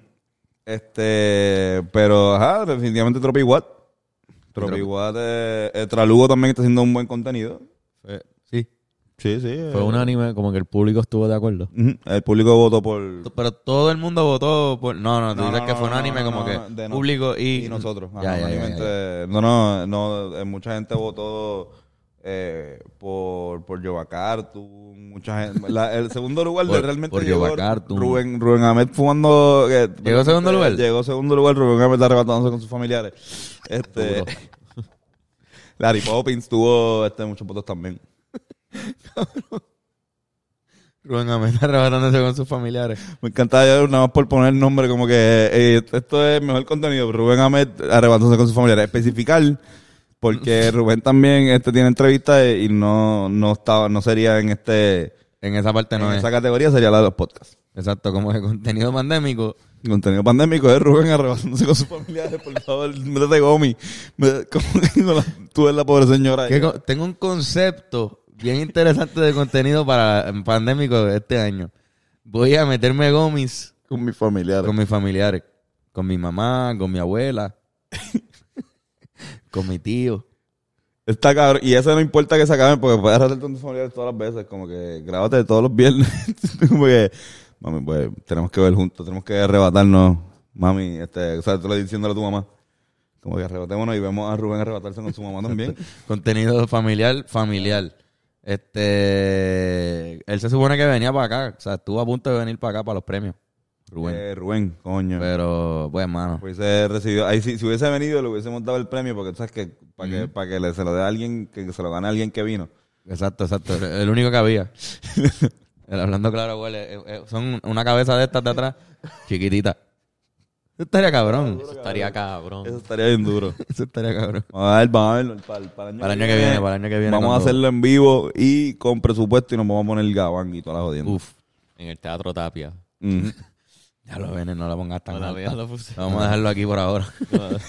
Este, pero ajá, definitivamente Tropi Watt. Tropi
Tropi-
Watt, eh, eh, Tralugo también está haciendo un buen contenido.
Sí.
Sí, sí. eh.
Fue un anime como que el público estuvo de acuerdo.
Ujú, El público votó por.
Pero todo el mundo votó por... No, no, tú
No,
dices
no,
que
no,
fue un
no,
anime
no,
como
no, no,
que
de no-
público y...
Y nosotros.
Ya, ya, ya,
anónimamente.
ya,
No, no, no. eh, mucha gente votó eh, por, por Yobacartu. Mucha gente. la- el segundo lugar de
Por-
realmente.
por
llegó
Yobacartu.
Rubén, Rubén Ahmed fumando. eh,
¿Llegó segundo
eh,
lugar?
Llegó segundo lugar. Rubén Ahmed arrebatándose con sus familiares.
[LAUGHS]
Este. Larry Poppins tuvo este, muchos votos también.
Rubén Amén [LAUGHS] arrebatándose con sus familiares.
Me encantaba yo nada más por poner el nombre como que eh, esto es mejor contenido. Rubén Ahmed arrebatándose con sus familiares. Especificar,
[LAUGHS]
porque Rubén también este, tiene entrevistas eh, y no, no estaba, no sería en este
En esa parte no
en
es.
esa categoría sería la de los podcasts.
Exacto, como que contenido pandémico.
Contenido pandémico es Rubén [LAUGHS] arrebatándose con sus familiares. Por favor, métete gomi. Me- [LAUGHS] Como que con la- tú eres la pobre señora.
Que co- tengo un concepto bien interesante de contenido para pandémico de este año. Voy a meterme gomis
Con mis familiares.
con mis familiares, con mi mamá, con mi abuela, [LAUGHS] con mi tío.
Está cabrón. Y eso no importa que se acaben porque puedes hacer tus familiares todas las veces. Como que grábate todos los viernes. [LAUGHS] como que, mami, pues tenemos que ver juntos, tenemos que arrebatarnos. Mami, este, o sea, tú le diciéndole a tu mamá. Como que arrebatémonos y vemos a Rubén arrebatarse con su mamá también.
Contenido familiar, familiar. Este, él se supone que venía para acá, o sea, estuvo a punto de venir para acá para los premios, [LAUGHS] Rubén.
Eh, Rubén, coño.
Pero, pues, mano,
Hubiese recibido, ahí si, si hubiese venido le hubiésemos dado el premio porque tú sabes que para que, para que le- se lo dé a alguien, que se lo gane a alguien que vino.
exacto, exacto, el- el único que había. [LAUGHS] El hablando claro, güey, eh, eh, son una cabeza de estas de atrás, chiquitita. Eso estaría cabrón.
Eso estaría cabrón.
Eso estaría bien duro.
Eso estaría cabrón.
Vamos a ver, vamos a verlo. Para, el año
Para el año que viene, para el año que viene.
Vamos a
cuando-
hacerlo en vivo y con presupuesto y nos vamos a poner gabán y todas las jodiendas.
Uf.
Mm.
[LAUGHS]
En el Teatro Tapia.
Ujú.
Ya lo ven, no la pongas tan alta.
Todavía lo puse.
Vamos a dejarlo aquí por ahora.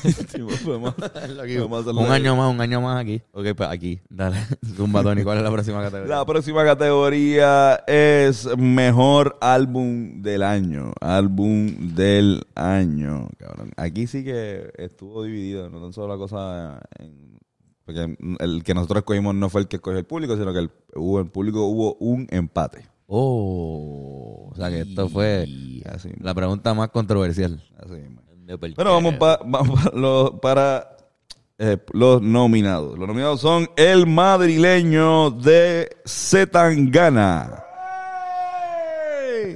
Sí, podemos-
[LAUGHS]
podemos hacerlo
un
de-
año más, un año más aquí. Ok, pues aquí. Dale. [LAUGHS] Zumba, Tony. ¿Cuál es la próxima categoría?
La próxima categoría es mejor álbum del año. Álbum del año, cabrón. Aquí sí que estuvo dividido, no tan solo la cosa en- porque el que nosotros escogimos no fue el que escogió el público, sino que el, hubo, el público hubo un empate.
Oh. O sea que esto fue
Así,
la pregunta más controversial.
así mismo.
Pero
Bueno, vamos, pa- vamos pa- lo- para eh, los nominados. Los nominados son el madrileño de Zetangana.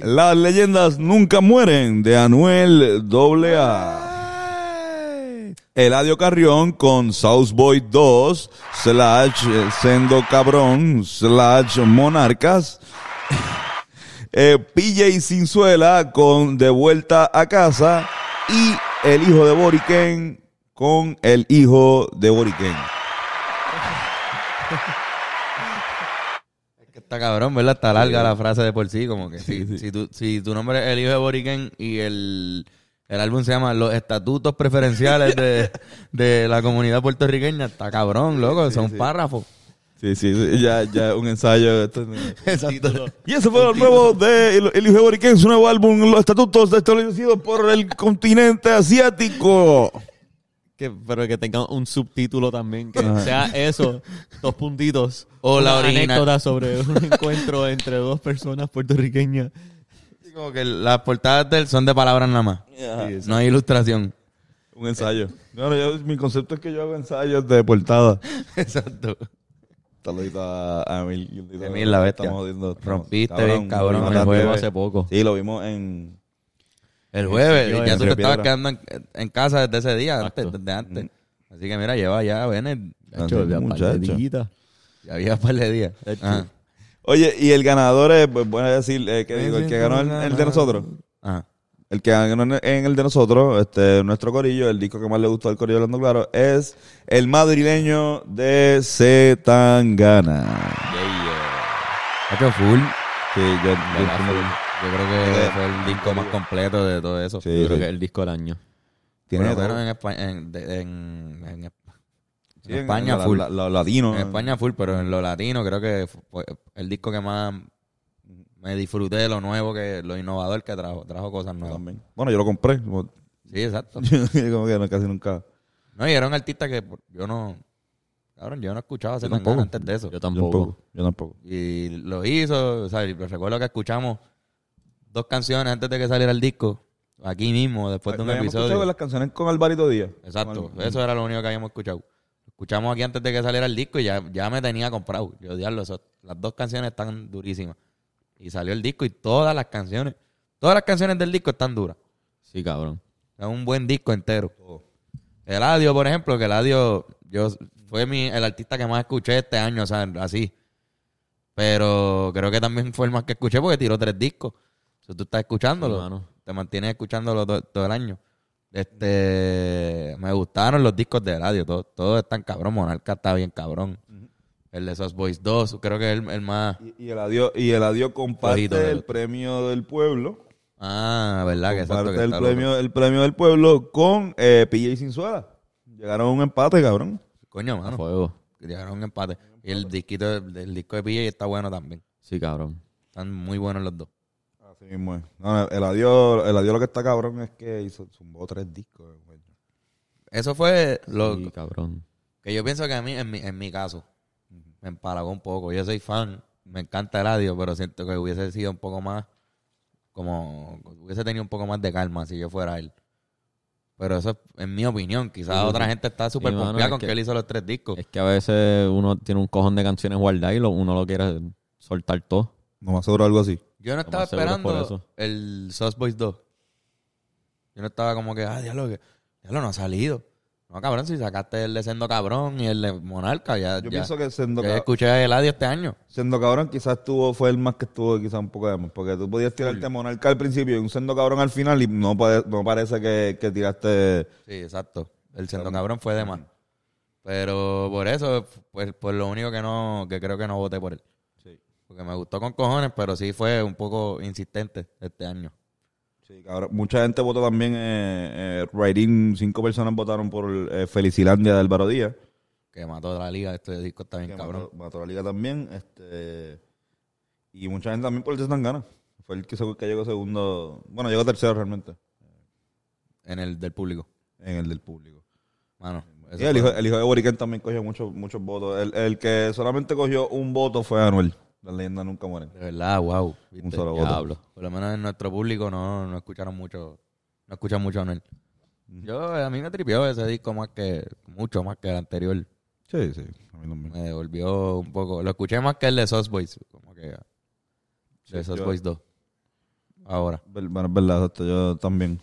Las leyendas nunca mueren de Anuel AA. Eladio Carrión con Southboy 2, slash eh, Sendo Cabrón, slash Monarcas. Eh, PJ Cinzuela con De Vuelta a Casa y el hijo de Boriken con el hijo de Boriken.
Que Está cabrón, ¿verdad? Está larga la frase de por sí, como que si, si tu, si tu nombre es El Hijo de Boriken y el, el álbum se llama Los Estatutos Preferenciales de, [LAUGHS] de la Comunidad Puertorriqueña, está cabrón, loco, son párrafos.
Sí, sí, sí, ya, ya un ensayo. esto es-
[LAUGHS] Exacto.
Y ese fue el nuevo de El- El Hijo de Boriken, su nuevo álbum, Los Estatutos establecidos por el continente asiático.
que, pero que tenga un subtítulo también, que sea eso, dos puntitos.
O la
una
original.
anécdota sobre un encuentro entre dos personas puertorriqueñas.
Como que las portadas del son de palabras nada más. No hay ilustración.
Un ensayo. No, no, yo- mi concepto es que yo hago ensayos de portada.
[LAUGHS] Exacto.
Saludito a, a Emil.
Emil, la bestia.
Estamos jodiendo, estamos-
Rompiste bien, cabrón,
lo
el
vimos
jueves.
hace-
hace poco.
Sí, lo vimos en...
El jueves,
Sí, sí,
ya
sí,
tú
sí,
te estabas
piedra.
quedando en, en casa desde ese día, antes,
Exacto.
desde antes. Así que mira, lleva ya, ven,
Hace muchacho.
ya había un par de días. Ajá.
Oye, y el ganador es, pues, voy a decir, eh, que digo, el que ganó en el de nosotros.
Ajá.
El que ganó en- en el de nosotros, este, nuestro corillo, el disco que más le gustó al corillo hablando claro, es El Madrileño de Zetangana.
Hacho, full.
Sí, yo, yo-
¿Verdad? Yo creo que fue el disco más completo de todo eso.
Sí,
Yo creo
sí.
que es el disco del año.
tiene
Por lo
todo.
menos en, Espa- en, de- en- en- en
Sí, en-
España
en la-
full.
la- la- latino.
en España full, pero en lo latino creo que fue el disco que más me disfruté de lo nuevo, que lo innovador que trajo. Trajo cosas nuevas.
eh, También. Bueno, yo lo compré. Como, [LAUGHS]
Sí, exacto.
como que no- casi nunca.
No, y era un artista que por- yo no... Cabrón, yo no escuchaba hace
tampoco.
antes de eso.
Yo
Yo
tampoco.
tampoco. Yo tampoco.
Y lo hizo, o sea, y recuerdo que escuchamos dos canciones antes de que saliera el disco, aquí mismo, después de Pues un
Habíamos escuchado
episodio.
las canciones con Alvarito Díaz.
Exacto,
Con-
eso era lo único que habíamos escuchado. Escuchamos aquí antes de que saliera el disco y ya, ya me tenía comprado. Yo, diablo, eso- las dos canciones están durísimas. Y salió el disco y todas las canciones, todas las canciones del disco están duras.
Sí, cabrón.
Es un buen disco entero. Eladio, por ejemplo, que Eladio yo, fue mi, el artista que más escuché este año, o sea, así. Pero creo que también fue el más que escuché porque tiró tres discos. O sea, tú estás escuchándolo.
Sí, mano.
Te mantienes escuchándolo to- todo el año. Este, me gustaron los discos de Eladio. Todos todo están cabrón. Monarca está bien cabrón. El de Sos Boys 2, creo que es el, el más...
Y, y el adiós, y el adiós comparte
Ojito,
el
pero-
premio del pueblo.
Ah, verdad que exacto.
Comparte
que
el
está loco.
premio, el premio del pueblo con eh, PJ Sinzuela. Llegaron a un empate, cabrón.
Coño,
A
mano.
fuego.
Llegaron un empate. Y el disquito, del disco de PJ está bueno también.
Sí, cabrón.
Están muy buenos los dos.
Así mismo es. No, el adiós, el adiós lo que está cabrón es que hizo, zumbó tres discos. eh, güey.
Eso fue lo
Sí, cabrón.
que yo pienso que a mí, en mi, en mi caso, me empalagó un poco. Yo soy fan, me encanta el radio, pero siento que hubiese sido un poco más, como, hubiese tenido un poco más de calma si yo fuera él. Pero eso es en mi opinión. Quizás otra gente está súper
Sí, mano,
confiada
es
con que,
que-
él hizo los tres discos.
Es que a veces uno tiene un cojón de canciones guardadas y lo- uno lo quiere soltar todo.
No más seguro algo así.
Yo no
Lo
estaba
más seguro es por
esperando el Sauce Boys 2. Yo no estaba como que, ah, diablo, que diablo, no ha salido. No, cabrón, si sacaste el de Sendo Cabrón y el de Monarca, ya,
Yo
ya,
pienso que siendo,
ya escuché a Eladio este año.
Sendo Cabrón quizás estuvo, fue el más que estuvo quizás un poco de más, porque tú podías tirarte Monarca al principio y un Sendo Cabrón al final y no, pare- no parece que, que tiraste...
Sí, exacto. El Sendo Cabrón fue de más. Pero por eso, pues, por lo único que no, que creo que no voté por él. Porque me gustó con cojones, pero sí fue un poco insistente este año.
Sí, cabrón. Mucha gente votó también. Eh, eh, Raiding, cinco personas votaron por eh, Felicilandia de Álvaro Díaz.
Que mató la liga, este disco está bien
que
cabrón.
Mató, mató la liga también. Este, y mucha gente también por el Tangana. Fue el que, se- que llegó segundo. Bueno, llegó tercero realmente.
En el del público.
En el del público.
Mano. ese
Y el,
fue-
hijo, el hijo de Boriken también cogió muchos muchos votos. El, el que solamente cogió un voto fue Anuel. La leyenda nunca muere.
De verdad, wow.
solo voto.
Por lo menos en nuestro público no, no escucharon mucho, no escuchan mucho a Anuel.
Mm.
Yo, a mí me tripió ese disco más que, mucho más que el anterior.
Sí, sí. A mí también.
Me devolvió un poco. Lo escuché más que el de Sauce Boys. Como que, ah, de
Sí,
Sauce
yo-
Boys 2. Ahora.
Ver- Bueno, es verdad, exacto, yo también.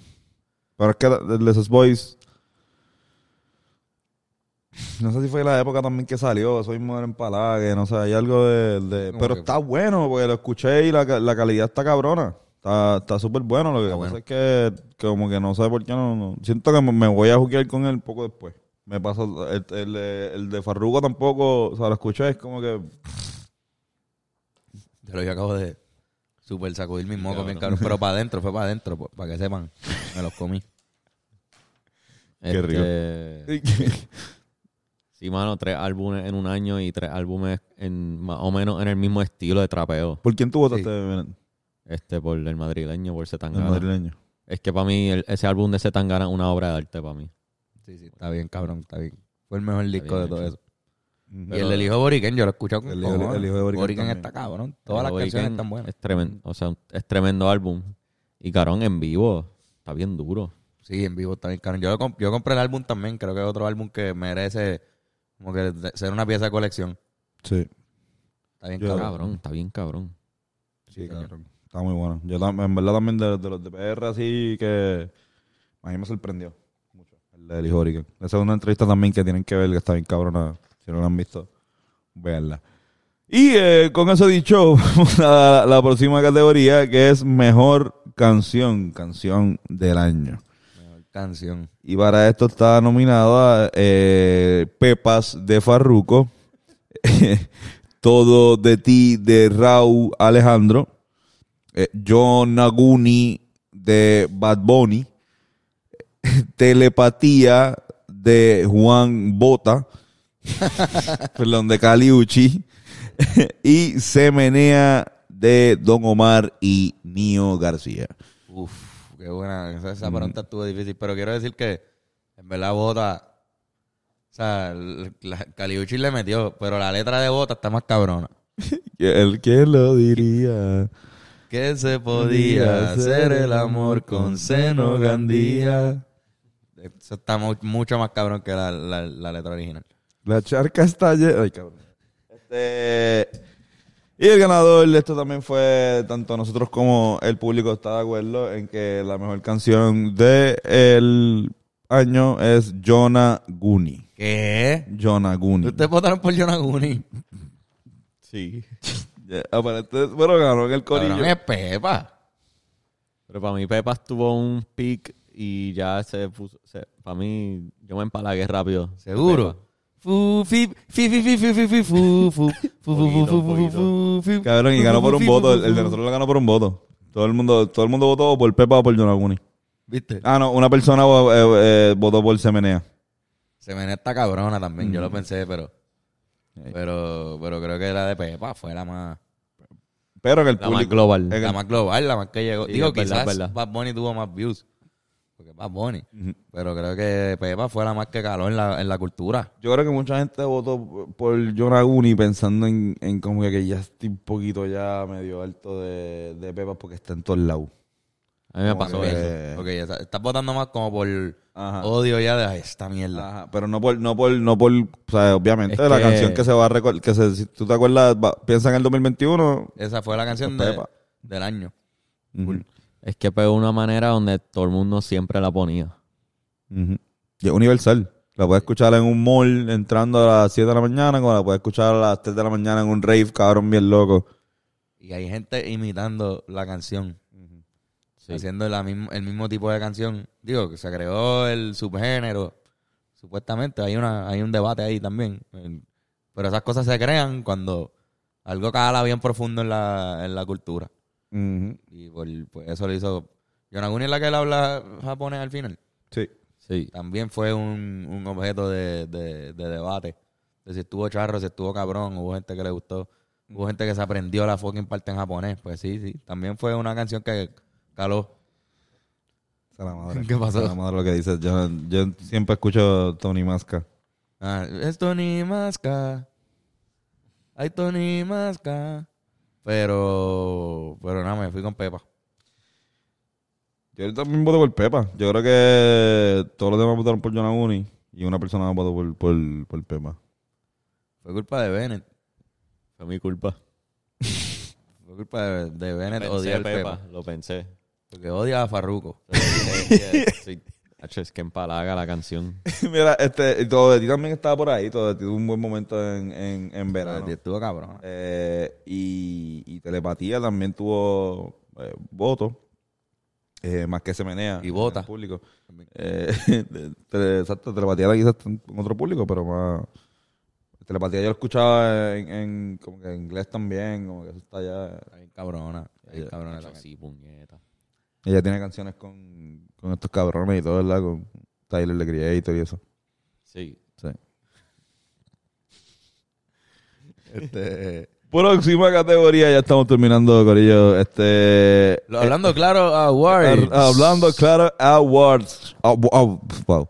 Pero es que la- de esos boys. No sé si fue la época también que salió, soy mujer en palague, no sé, hay algo de. de-
Como
pero
que-
está bueno, porque lo escuché y la, ca- la calidad está cabrona. Está está súper bueno. Lo que
Está
pasa
bueno.
es que, que como que no sé por qué no. no- Siento que me- me voy a juguear con él poco después. Me pasa. El, el de- el de Farruko tampoco, o sea, lo escuché, es como que. [LAUGHS]
Te lo yo acabo de super sacudir mis mocos bien cabrón.
[LAUGHS]
Pero para adentro, fue para adentro, po- para que sepan. Me los comí.
Qué rico.
Este, Sí, mano, tres álbumes en un año y tres álbumes en más o menos en el mismo estilo de trapeo.
¿Por quién tú votaste,
Sí.
Belén?
Este, por el madrileño, por
El
Zetangana.
madrileño.
Es que para mí el- ese álbum de Zetangana es una obra de arte para mí.
Sí, sí, está bien cabrón, está bien. Fue el mejor disco
bien
de todo
hecho.
eso.
Ujú.
y el del hijo Boriken, yo lo he escuchado con
El hijo-
cojones.
el hijo de Boriken también.
está cabrón. Todas las
Pero Weekend
canciones están buenas.
Es tremendo, o sea, es tremendo álbum. Y Carón en vivo está bien duro.
Sí, en vivo también, cabrón. Yo, lo comp- yo compré el álbum también. Creo que es otro álbum que merece como que de- ser una pieza de colección.
Sí.
Está bien,
Yo-
cabrón.
Cabrón, está bien cabrón.
Sí,
señor.
cabrón. Está muy bueno. Yo tam- en verdad también de, de los de PR así que a mí me sorprendió mucho el de Eli Horican. Esa es una entrevista también que tienen que ver, que está bien cabrona. Si no la han visto, véanla. Y eh, con eso dicho, [LAUGHS] vamos a la, la próxima categoría que es mejor canción, canción del año.
Mejor canción.
Y para esto está nominada eh, Pepas de Farruco, [LAUGHS] Todo de ti de Raúl Alejandro, eh, John Naguni de Bad Bunny, [LAUGHS] Telepatía de Juan Bota, [LAUGHS] perdón, de Caliuchi, [LAUGHS] y Se Menea de Don Omar y Nio García.
Uf, qué buena. Esa, esa pregunta estuvo difícil. Pero quiero decir que en verdad Bota. O sea, el- la- Caliucci le metió, pero la letra de Bota está más cabrona.
El que lo diría.
Que se podía hacer el amor con seno Gandía. Eso está mu- mucho más cabrón que la, la- la letra original.
La charca está llena. Ay, cabrón. Este. Y el ganador de esto también fue, tanto nosotros como el público está de acuerdo en que la mejor canción de el año es Jonah Guni.
¿Qué?
Jonah Guni.
Ustedes votaron por Yonaguni.
Sí.
Ya, aparente- bueno, ganó en el corillo.
Cabrón, eh, es Pepa.
Pero para mí Pepas tuvo un pick y ya se puso... para mí, yo me empalagué rápido.
Seguro. Fu, fi, fi, fi, fi, fi, fi, fi, fu, [LAUGHS] fu, fu, fu, fu, fu, fu, fu, fi.
Cabrón, y
Fu,
ganó
fu,
por
fi,
un
fu,
voto.
fu,
El, el de
fu.
nosotros lo ganó por un voto. Todo el mundo, todo el mundo votó por Pepa o por Jonah Guni.
¿Viste?
Ah, no, una persona eh, eh, votó por Semenea.
Se me esta cabrona también, yo lo pensé, pero.
Ey.
Pero, pero creo que la de Pepa fue la más,
Pero en el
La más
público.
global.
en el-
la más global, la más que llegó.
Sí,
Digo,
es verdad,
quizás
es verdad.
Bad Bunny tuvo más views. Porque es Bad Bunny.
Ujú.
Pero creo que Pepa fue la más que caló en la, en la cultura.
Yo creo que mucha gente votó por Jonaguni pensando en, en como que ya estoy un poquito ya medio alto de, de Pepas porque está en todos lados.
A mí me
Como
pasó
que-
eso.
Eh.
Ok, ya está- estás votando más como por
Ajá.
odio ya de "Ay, esta mierda.
Ajá, pero no por, no por, no por, o sea, obviamente
Es
la
que-
canción que se va a recordar, que se- si tú te acuerdas, va- piensa en el 2021.
Esa fue la canción de-
Pepa.
del año.
Ujú,
Es que pegó una manera donde todo el mundo siempre la ponía.
ujú. Y es universal. La puedes escuchar en un mall entrando a las 7 de la mañana, como la puedes escuchar a las 3 de la mañana en un rave, cabrón, bien loco.
Y hay gente imitando la canción,
Sí.
haciendo la misma- el mismo tipo de canción. Digo, que se creó el subgénero. Supuestamente hay una hay un debate ahí también. El- Pero esas cosas se crean cuando algo cala bien profundo en la, en la cultura.
Ujú.
Y por, pues, eso lo hizo Yonaguni es la que él habla japonés al final.
Sí.
Sí.
También fue un, un objeto de, de- de debate. De si estuvo charro, si estuvo cabrón. Hubo gente que le gustó. Hubo gente que se aprendió la fucking parte en japonés. Pues sí, sí. También fue una canción que caló.
Se la madre.
[LAUGHS] ¿Qué pasó?
Se la madre lo que dices. Yo, yo siempre escucho Tony Masca.
Ah, es Tony Masca. Ay, Tony Masca. Pero, pero nada, me fui con Pepa.
Yo también voto por Pepa. Yo creo que todos los demás votaron por Jonaguni y una persona votó por, por, por Pepa.
Fue culpa de Bennett.
Fue mi culpa.
Fue culpa de, de Bennett
Pensé,
odiar
Pepa,
Pepa.
Lo pensé.
Porque odia a Farruko. [LAUGHS]
sí. Hacho, es que empalaga la canción.
[LAUGHS] Mira, este, y todo de ti también estaba por ahí. Todo de ti tuvo un buen momento en, en, en verano.
Estuvo cabrón.
Eh, y, y Telepatía también tuvo eh, votos. Eh, más que se menea.
Y vota.
en el Público. Eh, [LAUGHS] tele- exacto, telepatía era quizás en otro público, pero más. Telepatía yo lo escuchaba en, en- como que en inglés también, como que eso está ya.
Está bien cabrona. Está bien cabrona
Eh, Hacho,
la canción.
sí, puñeta.
Ella tiene canciones con, con estos cabrones y todo, ¿verdad? Con Tyler the Creator y
[LAUGHS]
eso.
Sí.
Sí.
Este,
Próxima categoría, ya estamos terminando, Corillo. Este.
lo- hablando claro, Awards.
Ar- Hablando claro, awards. Aw- aw- wow.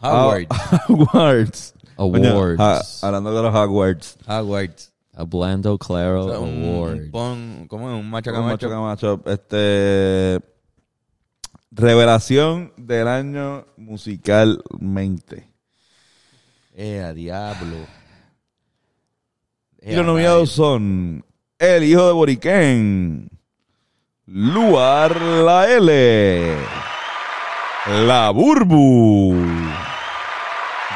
Awards.
Aw- [LAUGHS] Awards. Coño,
Awards.
ah, hablando de los awards.
ah. Awards.
A Blando Claro
O sea, un-
Award.
un pon- ¿Cómo es? Un macho
Vamos,
camacho.
Camacho, Camacho, Este. Revelación del año musicalmente.
Eh, a diablo. Eh,
Y los
a
nominados son El hijo de Boriquén, Luar La L, La Burbu,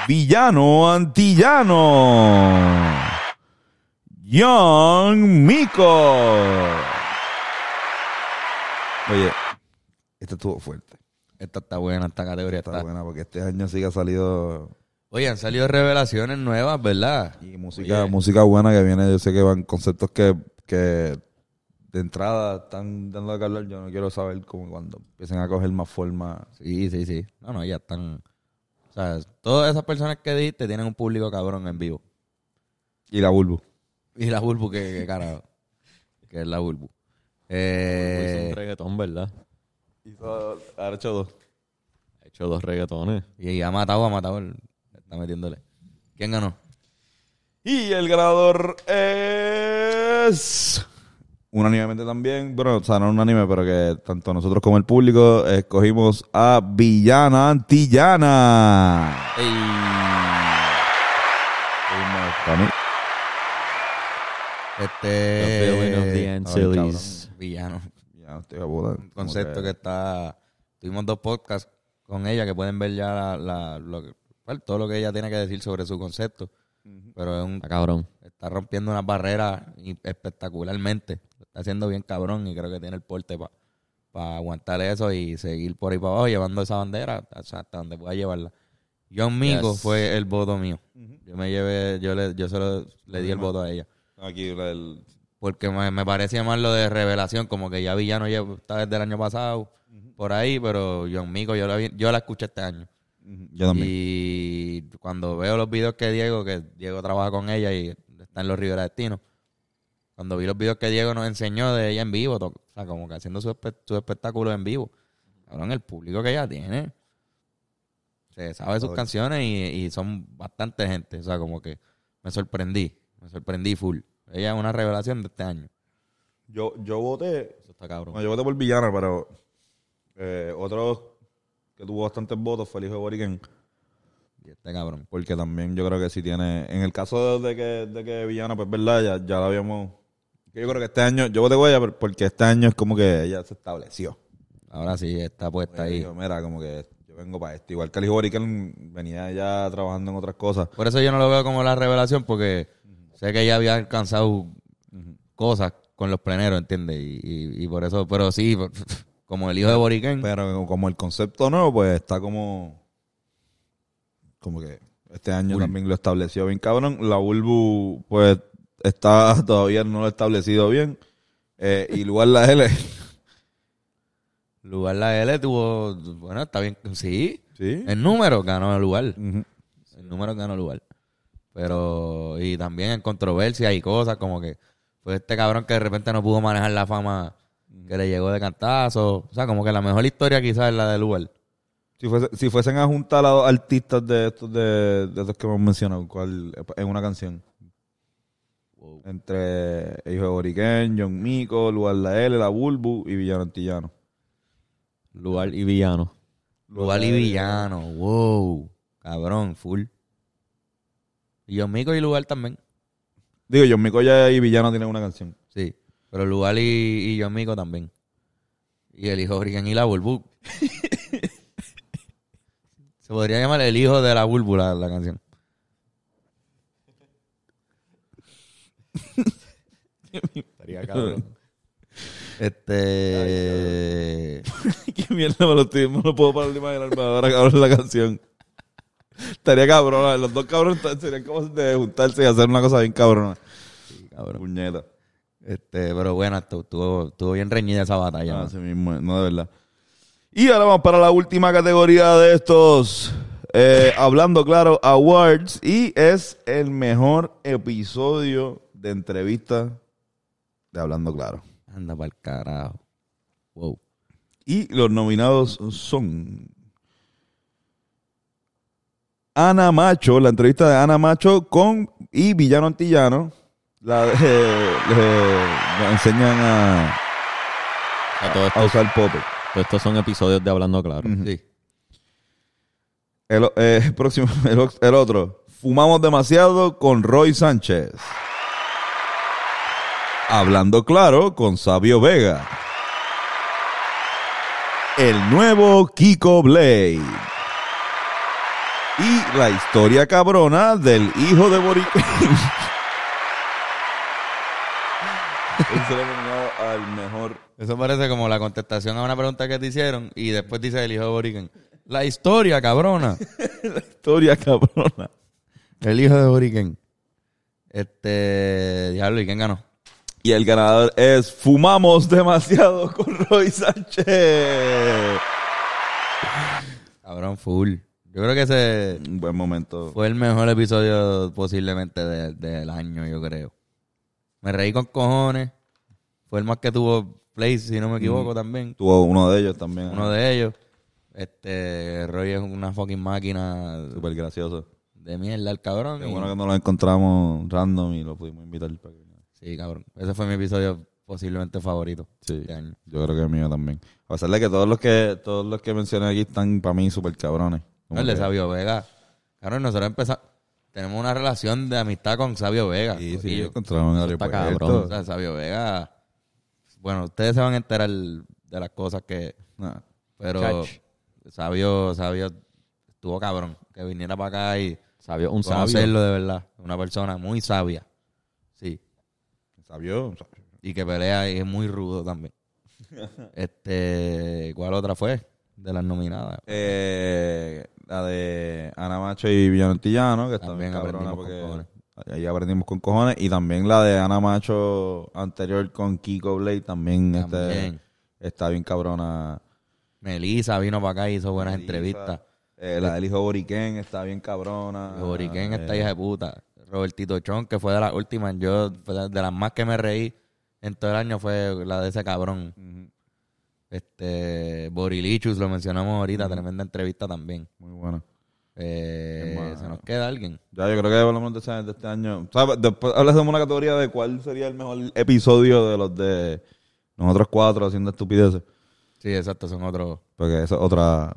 Villano Antillano, Young Mico. Oye, esta estuvo fuerte.
nadie. Esta está buena, esta categoría
Está
está.
buena porque este año sí que ha salido
Oye, han salido revelaciones nuevas, ¿verdad?
Y música, música buena que viene, yo sé que van conceptos que, que de entrada están dando a hablar, yo no quiero saber como cuando empiecen a coger más forma.
Sí, sí, sí. No, no, ya están. O sea, todas esas personas que dijiste tienen un público cabrón en vivo.
Y la Bulbu.
Y la Bulbu, que,
[LAUGHS]
que carajo. que es la Bulbu.
Hizo
Eh,
un reggaetón, ¿verdad?
Hizo, ha hecho dos.
Ha hecho dos reggaetones.
y ha matado, ha matado. el- Está metiéndole. ¿Quién ganó?
Y el ganador es... Unánimemente también, bueno, o sea, no unánime, pero que tanto nosotros como el público escogimos a Villana Antillana.
Ey.
Para mí.
The Villain of the
Este.
Antilles.
Villano.
Ya, estoy a boda.
Un concepto que está. Tuvimos dos podcasts con ella que pueden ver ya la, la- lo que- bueno, todo lo que ella tiene que decir sobre su concepto. Pero es un
Está Ah, cabrón.
está rompiendo unas barreras y- espectacularmente. Lo está haciendo bien cabrón y creo que tiene el porte para aguantar eso y seguir por ahí para abajo llevando esa bandera o sea, hasta donde pueda llevarla. Yo Migo
Yes.
fue el voto mío. Yo me llevé, yo le, yo solo le di el voto a ella.
Aquí la del...
Porque me, me parecía más lo de revelación, como que ya Villano ya está desde el año pasado, por ahí, pero John Migo yo la, vi- yo la escuché este año.
Yo también.
Y cuando veo los videos que Diego, que Diego trabaja con ella y está en los Rivera Destino, cuando vi los videos que Diego nos enseñó de ella en vivo, to- o sea, como que haciendo su, espe- su espectáculo en vivo, en el público que ella tiene, se sabe sus
Joder.
canciones y, y son bastante gente, o sea, como que me sorprendí, me sorprendí full. Ella es una revelación de este año.
Yo, yo voté.
Eso está cabrón.
No, yo voté por Villana, pero eh, otro que tuvo bastantes votos fue el hijo de Boriquen.
Y este cabrón.
Porque también yo creo que sí tiene. En el caso de que, de que Villana, pues verdad, ya, ya la habíamos. que Yo creo que este año. Yo voté por ella por- porque este año es como que ella se estableció.
Ahora sí, está puesta ahí.
Dijo, mira, como que yo vengo para esto. Igual que el hijo de Boriquen venía ya trabajando en otras cosas.
Por eso yo no lo veo como la revelación, porque sé que ella había alcanzado cosas con los pleneros, ¿entiendes? Y, y- y por [LAUGHS] eso, pero sí, como el hijo de Boriquén,
Pero como el concepto nuevo, pues está como. Como que este año también lo estableció bien cabrón. La Bulbu, pues, está [LAUGHS] todavía no lo ha establecido bien. Eh, y lugar la L.
Lugar la L tuvo. Bueno, está bien. [LAUGHS] Sí.
Sí.
El número ganó el lugar.
Eh, Ujú.
El número ganó el lugar. Pero. Y también en controversia y cosas como que. Fue este cabrón que de repente no pudo manejar la fama que le llegó de cantazo. O sea, como que la mejor historia quizás es la del lugar.
Si, fuese- si fuesen a juntar a dos artistas de estos de, de estos que hemos mencionado, ¿cuál en una canción? Entre Hijo de Boriquén, John Mico, Lugar La L, La Bulbu y Villano Antillano.
Lugar y villano.
Lugar y villano. Wow. Cabrón, full. Y yo mico y lugar también.
Digo, John Mico ya y Villano tienen una canción.
Sí. Pero lugar y, y yo mico también. Y el hijo Brigan y la Bulbu. [LAUGHS] Se podría llamar el hijo de la Bulbu la, la canción.
Estaría
[LAUGHS] cabrón.
Este.
¿Qué mierda me lo estoy, me lo puedo parar de imaginarme ahora, cabrón, la canción? Estaría cabrón, los dos cabrones t- serían como de juntarse y hacer una cosa bien cabrona.
sí, cabrón.
Puñeta.
Este, pero bueno, estu- estuvo, estuvo bien reñida esa batalla.
Ah,
¿no?
Así mismo, es, no de verdad. Y ahora vamos para la última categoría de estos. eh, hablando claro, Awards. Y es el mejor episodio de entrevista de Hablando Claro.
Anda para el carajo. Wow.
Y los nominados son Ana Macho, la entrevista de Ana Macho con y Villano Antillano. La de- [LAUGHS] le- le enseñan a,
Ah.
A todo esto-
a usar pope.
todo estos son episodios de Hablando Claro.
Sí.
El, o- eh, [LAUGHS] el próximo, el, ox- el otro. Fumamos demasiado con Roy Sánchez. Hablando claro con Sabio Vega. El nuevo Kiko Blade. Y la historia cabrona del hijo de Boric. [LAUGHS] al mejor.
Eso parece como la contestación a una pregunta que te hicieron y después dice el hijo de Borican. La historia,
[LAUGHS]
cabrona.
Historia cabrona.
el hijo de Borican. Este. Diablo, ¿y quién ganó?
Y el ganador es Fumamos demasiado con Roy Sánchez.
Cabrón, full. Yo creo que ese
Un buen momento.
fue el mejor episodio posiblemente de- del año, yo creo. Me reí con cojones. Fue el más que tuvo play, si no me
Mm.
equivoco, también.
Tuvo uno de ellos también.
Uno de ellos. Este. Roy es una fucking máquina
Súper gracioso.
de mierda, el cabrón.
Qué
y-
bueno que nos lo encontramos random y lo pudimos invitar. para que-
Sí, cabrón. Ese fue mi episodio posiblemente favorito
Sí.
este año.
Yo creo que es mío también. A pesar de que todos los que todos los que mencioné aquí están para mí súper cabrones. Como
No, el de
que-
Sabio Vega. Cabrón, nosotros empezamos. Tenemos una relación de amistad con Sabio Vega.
Sí, sí,
corillo.
lo encontramos en el
está
aeropuerto.
cabrón.
O sea, Sabio Vega. Bueno, ustedes se van a enterar de las cosas que.
Nah.
Pero.
Chach.
Sabio, Sabio estuvo cabrón. Que viniera para acá y
Sabio, un sabio.
conocerlo de verdad. Una persona muy sabia. Sí.
Sabio.
Y que pelea y es muy rudo también. este. ¿Cuál otra fue? De las nominadas.
Eh, la de Ana Macho y Villano Antillano, que también
También
cabrona
aprendimos con
porque ahí aprendimos con cojones. Y también la de Ana Macho anterior con Kiko Blade también, este,
También.
está bien cabrona.
Melissa vino para acá y hizo buenas
Melissa,
entrevistas.
eh, la del hijo Boriquén está bien cabrona.
Boriquén, esta
Eh,
hija de puta. Robertito Chon, que fue de las últimas. Yo, fue de de las más que me reí en todo el año fue la de ese cabrón.
ujú,
Este, Borilichus, lo mencionamos ahorita, tremenda entrevista también.
Muy buena.
Eh,
Qué más.
se nos queda alguien.
Ya, yo creo que hablamos de, esa- de este año. ¿Sabes? Después hablas de una categoría de cuál sería el mejor episodio de los de nosotros cuatro haciendo estupideces.
Sí, exacto, son otros.
Porque esa es otra,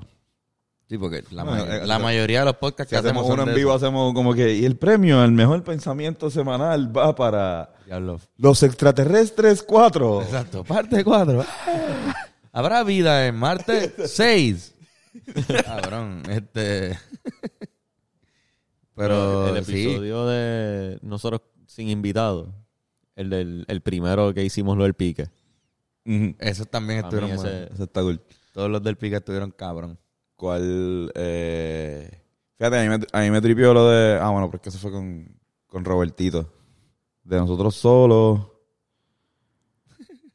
Sí, porque la,
No,
may-
eh,
la
eh,
mayoría de los podcasts
Si
que hacemos,
hacemos
son
uno en
de
vivo,
esos.
hacemos como que. Y el premio, el mejor pensamiento semanal, va para.
Diablo.
Los extraterrestres 4.
Exacto, parte 4. Habrá vida en Marte 6. Cabrón, este. Pero
el
sí,
episodio de nosotros sin invitados. El del el primero que hicimos lo del pique.
esos también
Pa' mí
estuvieron.
ese-
buenos.
Eso está cool.
Todos los del pica estuvieron cabrón.
¿Cuál. eh, Fíjate, a mí, me, a mí me tripió lo de. Ah, bueno, porque eso fue con,
[LAUGHS]
con Robertito. De nosotros solos.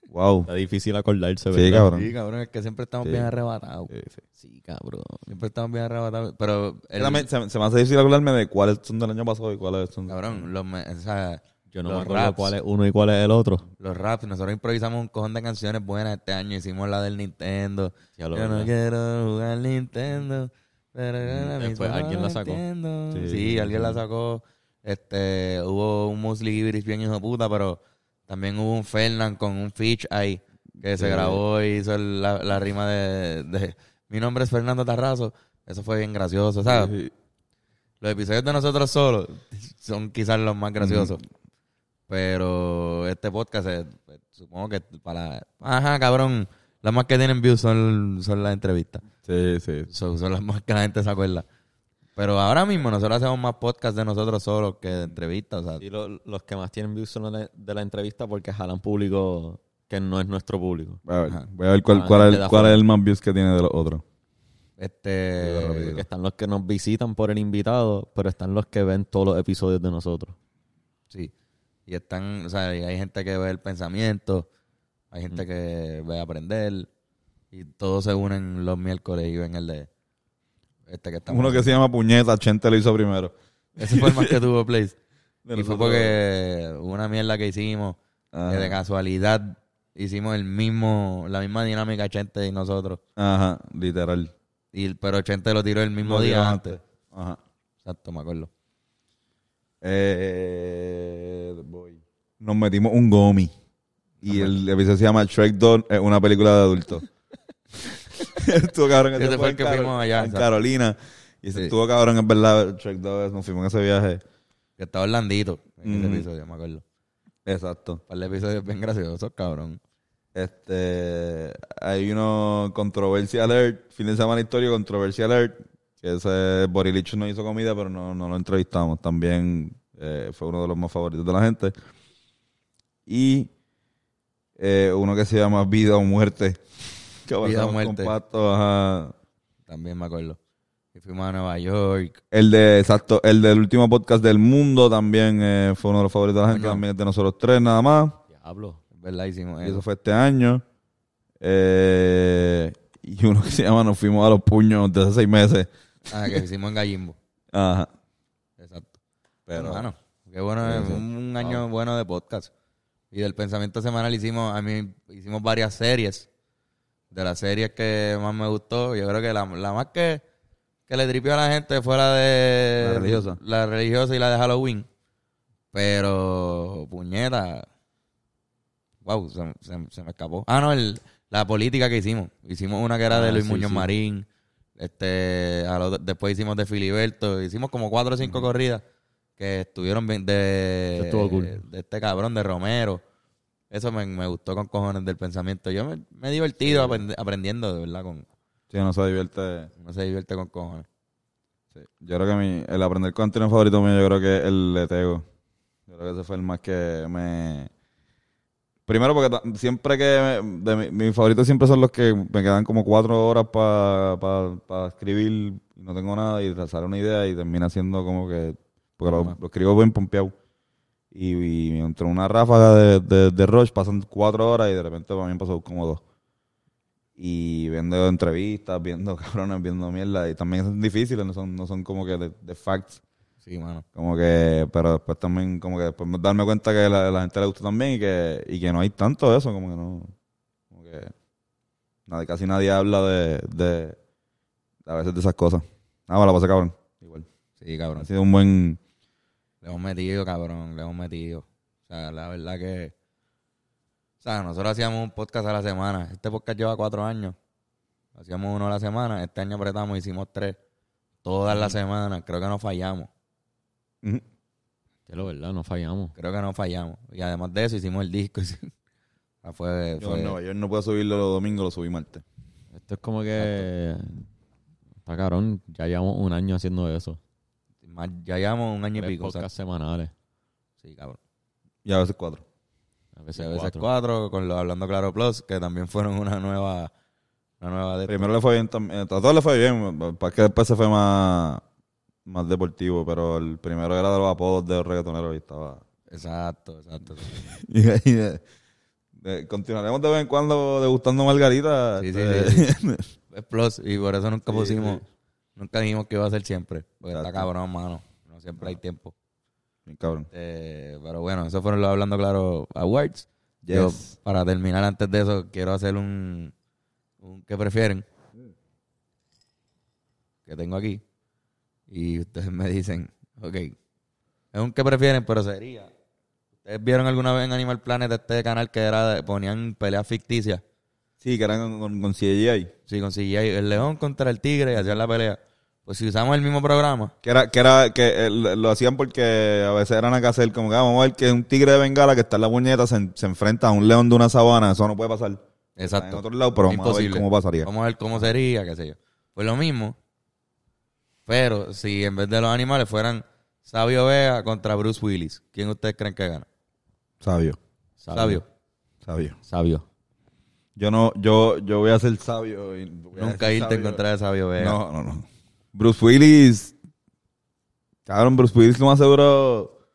Wow.
Está difícil acordarse,
Sí,
¿verdad?
cabrón.
Sí, cabrón, es que siempre estamos
Sí.
bien arrebatados.
Sí, sí.
Sí, cabrón.
Siempre estamos bien arrebatados. Pero, el-
También se, se me hace difícil hablarme de cuáles son del año pasado y cuáles son.
cabrón, los, me- o sea,
Yo no
Los
me acuerdo
raps.
cuál es uno y cuál es el otro.
los raps, nosotros improvisamos un cojón de canciones buenas este año. Hicimos la del Nintendo.
Ya lo
Yo no
verdad. Mm,
quiero jugar Nintendo. pero ahora
Después
mismo no
alguien la
lo
sacó.
entiendo. Sí,
Sí.
alguien la sacó. Este, hubo un Mosley Gibris bien hijo de puta, pero también hubo un Fernan con un Fitch ahí que se
Sí.
grabó y hizo el- la, la rima de, de- Mi nombre es Fernando Tarrazo. Eso fue bien gracioso, ¿sabes?
Sí, sí.
Los episodios de nosotros solos son quizás los más graciosos. Pero este podcast, es- supongo que para... Ajá, cabrón. Las más que tienen views son, son las entrevistas.
Sí, sí.
Son, son las más que la gente se acuerda. Pero ahora mismo nosotros hacemos más podcasts de nosotros solos que de entrevistas. O sea,
Y lo- los que más tienen views son los de, de la entrevista porque jalan público que no es nuestro público.
Voy a ver,
Ajá.
voy a ver cuál,
Ah,
cuál es,
de la
el- cuál
forma.
es el más views que tiene de los otros. Sí,
este...
rápido.
Porque están los Eh, que nos visitan por el invitado, pero están los que ven todos los episodios de nosotros.
Sí. Y están, o sea, y hay gente que ve el pensamiento, hay gente que ve aprender, y todos se unen los miércoles y ven el de este que estamos.
Uno que se llama Puñeta, Chente lo hizo primero.
Ese fue el más
[LAUGHS]
que tuvo plays.
De
y fue
nosotros.
porque hubo una mierda que hicimos,
Ajá.
que de casualidad hicimos el mismo, la misma dinámica Chente y nosotros.
Ajá, literal.
Y, pero Chente lo tiró el mismo
Lo
día
tiró
antes.
Ajá.
Exacto, me acuerdo.
Eh, voy. Nos metimos un gomi. Y el episodio se llama Shrek 2, es una película de
[LAUGHS]
adulto. estuvo cabrón.
Ese fue el
en
que
Caro-
fuimos allá,
en
exacto.
Carolina. Y ese
Sí.
estuvo cabrón, es verdad. Shrek 2, nos fuimos en ese viaje.
Que estaba Orlandito en ese
Ujú.
episodio, me acuerdo.
Exacto.
Para el episodio bien gracioso, cabrón.
Este, hay uno controversia alert, fin de semana historia controversia alert, que ese Borilich no hizo comida, pero no, no lo entrevistamos. También eh, fue uno de los más favoritos de la gente. Y eh, uno que se llama Vida o Muerte. [LAUGHS] Que
Vida o
abrazamos Con
Muerte.
Pato, ajá.
También me acuerdo. Y fuimos a Nueva York.
El de, exacto, el del último podcast del mundo también eh, fue uno de los favoritos de la gente,
Coño.
también es de nosotros tres nada más.
Diablo.
¿Verdad? Hicimos
Y eso
eso.
fue este año. Eh, y uno que se llama Nos fuimos a los puños desde hace seis meses.
Ah, que hicimos en Gallimbo.
Ajá.
Exacto. Pero,
Pero,
bueno, qué bueno.
Sí,
eh,
sí.
Un año bueno de podcast. Y del pensamiento semanal hicimos, a mí hicimos varias series. De las series que más me gustó, yo creo que la, la más que, que le tripió a la gente fue la de...
La religiosa.
La religiosa y la de Halloween. Pero, puñeta. Wow, se, se- se me escapó. Ah, no, el, la política que hicimos. Hicimos una que era de
Ah,
Luis
sí,
Muñoz
sí.
Marín. Este, a lo- después hicimos de Filiberto. Hicimos como cuatro o cinco corridas que estuvieron bien de,
Eso estuvo cool.
de este cabrón de Romero. Eso me, me gustó con cojones del pensamiento. Yo me, me he divertido aprend- aprendiendo, de verdad. Con,
sí, no se divierte.
uno se divierte con cojones.
Sí. Yo creo que mi, el aprender con Antonio favorito mío, yo creo que es el letego. Yo creo que ese fue el más que me... Primero porque ta- siempre que... me- de mi- mis favoritos siempre son los que me quedan como cuatro horas para escribir y no tengo nada y trazar una idea y termina siendo como que... Porque lo, lo escribo bien pompeado. Y, y me entró una ráfaga de, de, de rush, pasan cuatro horas y de repente para mí me pasó como dos y viendo entrevistas, viendo [LAUGHS] cabrones, viendo mierda, y también son difíciles, no son, no son como que de, de facts,
Sí, mano.
como que, pero después también, como que después darme cuenta que la, la gente le gusta también y que, y que no hay tanto de eso, como que no, como que nadie, casi nadie habla de, de, a veces de esas cosas. Ah, bueno, la pasé cabrón, igual.
Sí,
Ha
cabrón.
sido un buen,
Le hemos metido, cabrón, le hemos metido. O sea, la verdad que. O sea, nosotros hacíamos un podcast a la semana. Este podcast lleva cuatro años. Hacíamos uno a la semana. Este año apretamos, hicimos tres. Todas las semanas. Creo que no fallamos.
ujú,
Ya lo verdad, no fallamos.
Creo que no fallamos. Y además de eso, hicimos el disco. [LAUGHS] hicimos- O sea, fue.
yo
fue-
en Nueva York no puedo subirlo los domingos, lo subí martes.
Esto es como que... Está cabrón, ya llevamos un año haciendo eso.
más- ya llevamos un año y
Tres
pico. o sea,
podcasts semanales.
sí, cabrón.
Y a veces cuatro.
A
Sí,
veces,
a veces
cuatro.
cuatro, con los Hablando Claro Plus, que también fueron una nueva. Una nueva de.
Primero le fue bien también. A todos le fue bien. Para que después se fue más, más deportivo. Pero el primero
[LAUGHS]
era de los apodos de los reggaetoneros y estaba.
Exacto, exacto. exacto.
y- y de, Eh, continuaremos de vez en cuando degustando margarita.
Sí, sí,
este,
sí, [LAUGHS] Es plus, y por eso nunca pusimos, nunca dijimos que iba a ser siempre. Porque está
Exacto.
cabrón, mano. No siempre hay tiempo.
Bien cabrón.
Eh, pero bueno, esos fueron los Hablando Claro Awards. Yo,
Yes.
para terminar antes de eso, quiero hacer un, un ¿Qué prefieren? Que tengo aquí. Y ustedes me dicen, ok, es un ¿Qué prefieren? Pero sería. ¿Ustedes vieron alguna vez en Animal Planet este canal que era de- ponían peleas ficticias?
Sí, que eran con, con, con CGI.
Si conseguía el león contra el tigre y hacían la pelea. Pues si usamos el mismo programa,
Que era, que era, que eh, lo lo hacían porque a veces eran a que hacer como que ah, vamos a ver que un tigre de bengala que está en la puñeta se, en- se enfrenta a un león de una sabana, eso no puede pasar. Está en
exacto.
otro lado, pero vamos a
Imposible.
ver cómo pasaría.
Vamos a ver cómo sería, qué sé yo. Pues lo mismo. Pero si en vez de los animales fueran Sabio Vega contra Bruce Willis, ¿quién ustedes creen que gana?
Sabio,
Sabio.
sabio.
Sabio.
Yo no, yo, yo voy a ser sabio. y voy a
Nunca
decir
irte
sabio.
en contra de Sabio Vega.
No, no, no. Bruce Willis. Cabrón, Bruce Willis lo más seguro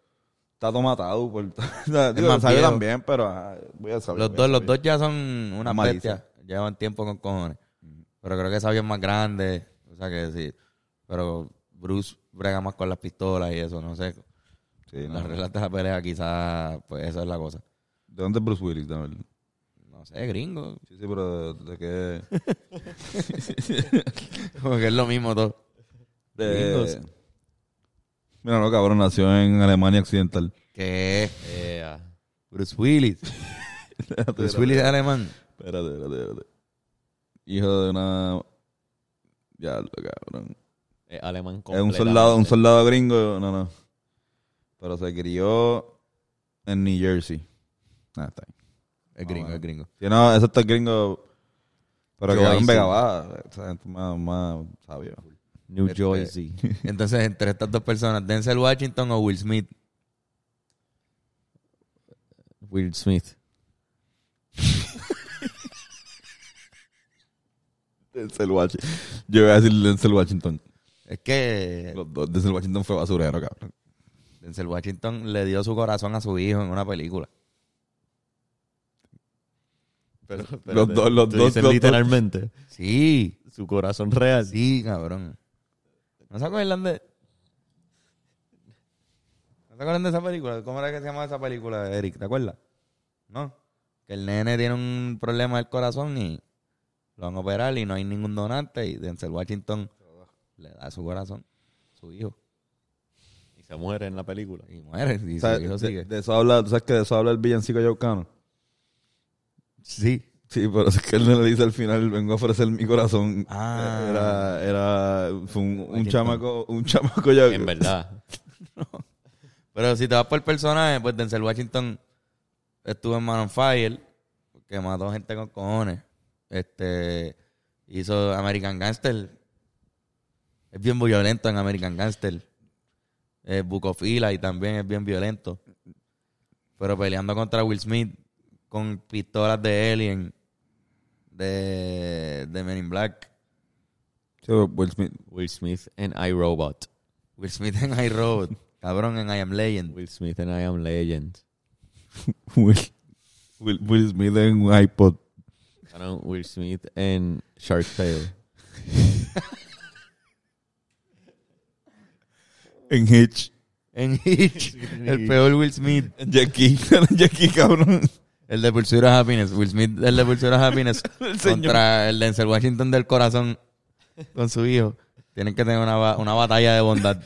está todo matado. Por... [LAUGHS] Digo,
más
sabio
viejo.
también, pero ajá, voy a saber.
los dos, los dos ya son una
Malicia.
bestia. Llevan tiempo con cojones. Pero creo que Sabio es más grande. O sea que sí. Pero Bruce brega más con las pistolas y eso, no sé.
Sí, no.
Las reglas de la pelea quizás, pues esa es la cosa.
¿De dónde es Bruce Willis? De verdad?
No sé, gringo. [LAUGHS]
Sí, sí, pero de, de qué.
Como que es lo mismo todo.
De... Mira, no, cabrón, nació en Alemania Occidental. [LAUGHS]
¿Qué?
Eh, ah.
Bruce Willis. Bruce Willis es alemán.
Espérate, espérate, espérate. Hijo de una. Ya, lo cabrón.
Es alemán
Es un soldado, un soldado gringo, no, no. Pero se crió en New Jersey. Ah, está bien.
Es gringo, es gringo.
Sí, no, eso está el gringo. Pero
Yo
que va
ahí
en
sí.
Vega Baja. Esa gente más, más sabio.
New
Este-
Jersey.
Entonces, entre estas dos personas, Denzel Washington o Will Smith.
Will Smith.
Denzel Washington. Yo voy a decir Denzel Washington.
Es que
Los dos. Denzel Washington fue basurero, cabrón.
Denzel Washington le dio su corazón a su hijo en una película.
Los dos, los
Tú
dos,
dices
los dos.
literalmente.
Sí,
Su corazón real.
sí, cabrón. ¿No se acuerdan de...? ¿No se acuerdan de esa película? ¿Cómo era que se llamaba esa película, Eric? ¿Te acuerdas? ¿No? Que el nene tiene un problema del corazón y lo van a operar y no hay ningún donante y Denzel Washington le da su corazón, su hijo.
Y se muere en la película.
Y muere. Y
O sea,
su hijo
de,
sigue.
de eso habla, ¿tú sabes que de eso habla el villancico yaucano?
sí.
Sí, pero es que él no le dice al final, vengo a ofrecer mi corazón.
Ah.
Era, era, fue un, un
Washington.
chamaco, un chamaco ya.
En verdad.
Pero si te vas por personaje, pues Denzel Washington estuvo en Man on Fire, que mató gente con cojones. Este hizo American Gangster. Es bien violento en American Gangster. Eh, Bucofila y también es bien violento. Pero peleando contra Will Smith con pistolas de Alien, de, de Men in Black.
Sí, pero Will Smith. [LAUGHS]
Will Smith en I, Robot.
Will Smith en I Robot. Cabrón en I Am Legend.
Will Smith en I Am Legend.
Will, Will, Will Smith en un iPod.
Cabrón, Will Smith en Shark Tale.
En Hitch.
En Hitch. el peor Will Smith.
En
[LAUGHS]
Jackie. [LAUGHS] en Jackie, cabrón.
El de Pursuit of Happiness. Will Smith, el de Pursuit of [LAUGHS] Happiness. contra el Denzel Washington del corazón con su hijo. Tienen que tener una, ba- una batalla de bondad.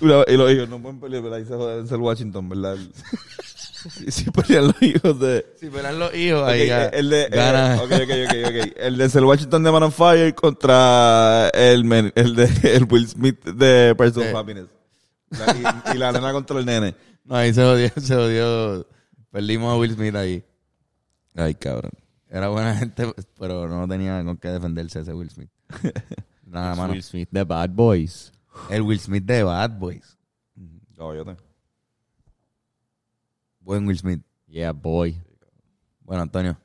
Una- y los hijos no pueden pelear, ¿verdad? Ahí se joder Denzel Washington, ¿verdad? [LAUGHS] Sí, sí pelean los hijos de...
[LAUGHS] Si fueran los hijos,
Ok,
ahí ya
el de, eh,
gana.
ok, ok, ok, ok. El de Denzel Washington de Man on Fire contra el, men- el de [LAUGHS] el Will Smith de Pursuit
Sí.
of Happiness. La- y, y la nena contra el nene.
No, ahí se odió, [LAUGHS] se odió. Perdimos a Will Smith ahí.
Ay, cabrón.
Era buena gente, pero no tenía con qué defenderse ese Will [LAUGHS] Smith. Nada, mano.
Will Smith de Bad Boys.
El Will Smith de Bad Boys.
Caballote.
Buen Will Smith.
Yeah, boy.
Bueno, Antonio.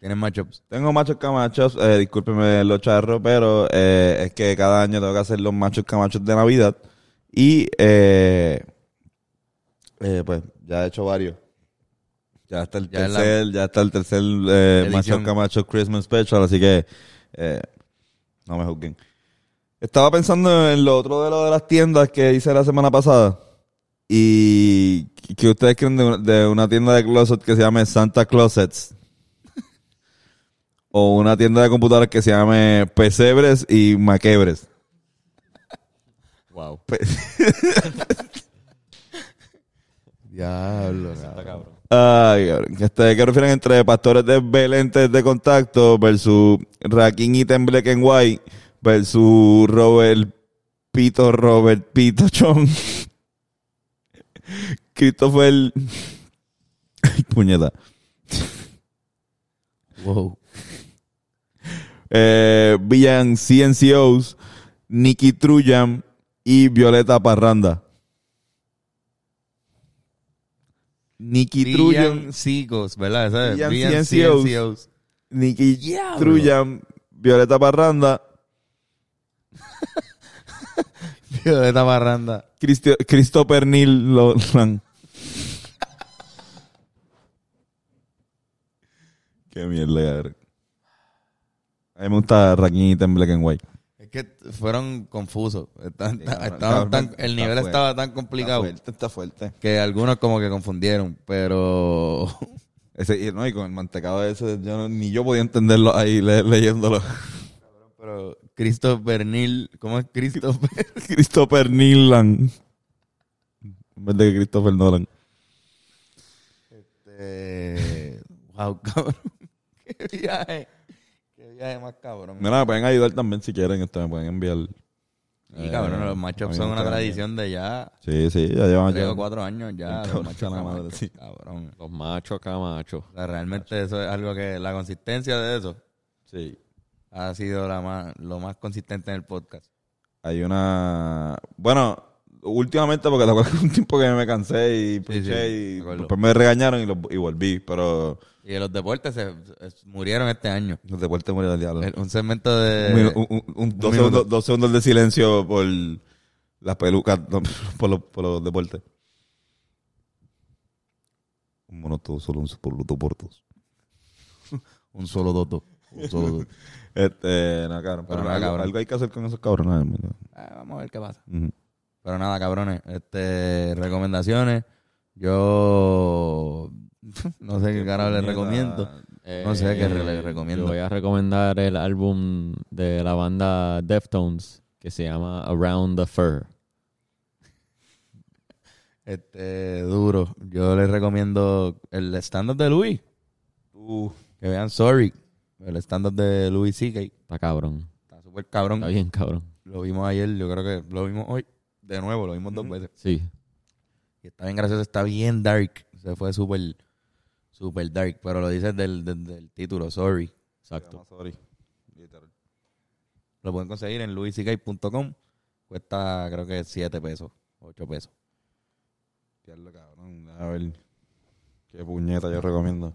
Tienes matchups.
Tengo machos camachos, eh, discúlpeme los charros, pero eh, es que cada año tengo que hacer los machos camachos de Navidad. Y eh, eh, pues ya he hecho varios. Ya está el
Ya es la-
tercer, ya está el tercer eh,
Edición.
Macho Camacho Christmas Special, así que eh, no me juzguen. Estaba pensando en lo otro de lo de las tiendas que hice la semana pasada. Y que ustedes creen de, una- de una tienda de closet que se llame Santa Closets. [LAUGHS] o una tienda de computadoras que se llame Pesebres y Maquebres.
Wow.
[LAUGHS]
Diablo, cabrón.
cabrón.
Ay, cabrón. este, ¿Qué refieren entre pastores de Belentes de contacto versus Raquín y Black and White versus Robert Pito, Robert Pito Chon? [LAUGHS] Christopher... [LAUGHS] Puñeta.
Wow.
Eh, Villan CNCOs, Nicky Trujan y Violeta Parranda. Nicky Trujan,
Brillan Cicos, ¿verdad? ¿Sabes?
Brillan
Brillan
CNCOs.
CNCOs.
Nicky
Diablo.
Trujan, Violeta Parranda
Violeta Barranda.
Cristio- Christopher Neil Lolan. Qué mierda, cabrón. A mí me gusta Raquinita en Black and White.
Es que fueron confusos. Estaban-
Sí, cabrón,
estaban tan-
cabrón,
el
está
nivel
fuerte.
estaba tan complicado
está fuerte.
que algunos como que confundieron, pero... [LAUGHS]
Ese, y, no, y con el mantecado ese, yo no- ni yo podía entenderlo ahí le- leyéndolo. [LAUGHS]
pero Christopher Neil, ¿cómo es Christopher?
[LAUGHS] Christopher Nolan. En vez de Christopher Nolan.
Eh, wow, cabrón. [LAUGHS] Qué viaje. Qué viaje más cabrón.
Mira, me pueden ayudar también si quieren. Este, me pueden enviar.
y cabrón,
eh,
los matchups
a mí
son
me
una
encanta.
tradición de ya
Sí, sí, ya llevan.
tres o
ya-
cuatro años ya.
Cabrón,
Los matchups
la madre,
camachos,
sí.
cabrón.
Los machos camachos.
O sea, realmente eso es algo que la consistencia de eso
Sí.
ha sido la más, lo más consistente en el podcast.
Hay una. Bueno, últimamente, porque lo cual un tiempo que [LAUGHS] me cansé y piché
sí,
y
me acuerdo.
después me regañaron y, lo- y volví, pero
Y los deportes se, se- murieron este año.
los deportes murieron al diablo.
El- un segmento de...
Un minu- un- un- un- eh, dos,
minuto.
segundos, dos segundos de silencio por las pelucas, [LAUGHS] no, por, los, por los deportes. Un monoto solo un- por los deportes.
un solo doto. Un solo doto.
Este, no, cabrón, pero
Pero no,
algo,
cabrón.
algo hay que hacer con esos cabrones. hermano.
[LAUGHS] Ah, vamos a ver qué pasa.
Ujú.
Pero nada, cabrones, este, recomendaciones. Yo no sé qué carajo les
Puñeta.
recomiendo. No sé qué re- le recomiendo.
Eh, Yo voy a recomendar el álbum de la banda Deftones que se llama Around the Fur.
Este, duro. Yo les recomiendo el stand-up de Luis.
Uf,
Que vean Sorry. El stand-up de Luis C.K.
Está cabrón.
Está súper cabrón.
Está bien, cabrón.
Lo vimos ayer, yo creo que lo vimos hoy. De nuevo, lo vimos dos veces.
Sí.
Y está bien gracioso, está bien dark. Se fue súper, súper dark. Pero lo dices del, del- del título, Sorry.
Exacto.
sorry. Literal.
Lo pueden conseguir en luisck.com. Cuesta creo que 7 pesos, 8 pesos.
Diablo, cabrón. A ver. Qué puñeta yo recomiendo.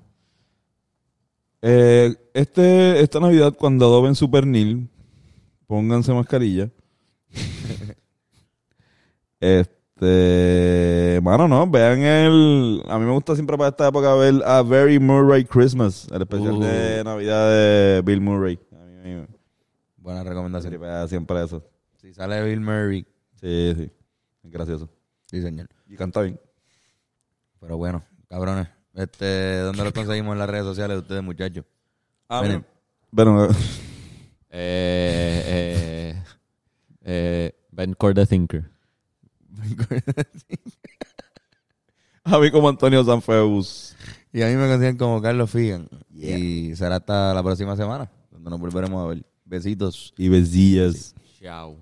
Eh, este, esta Navidad, cuando adoben su pernil, pónganse [LAUGHS] mascarilla. este. Mano, no. Vean el. A mí me gusta siempre para esta época ver a Very Murray Christmas, el especial
Uh.
de Navidad de Bill Murray. A mí me-
Buena
me
recomendación.
tripea siempre eso.
Si sale Bill Murray,
Sí, sí. Es gracioso.
sí, señor.
Y canta bien.
Pero bueno, cabrones. Este, ¿Dónde lo conseguimos en las redes sociales de ustedes, muchachos? Miren,
Bueno,
Eh, eh, eh, ben Core the Thinker.
a mí como Antonio Sanfeus.
y a mí me consiguen como Carlos Figan. Y será hasta la próxima semana, donde nos volveremos a ver. Besitos.
y besillas.
Chao.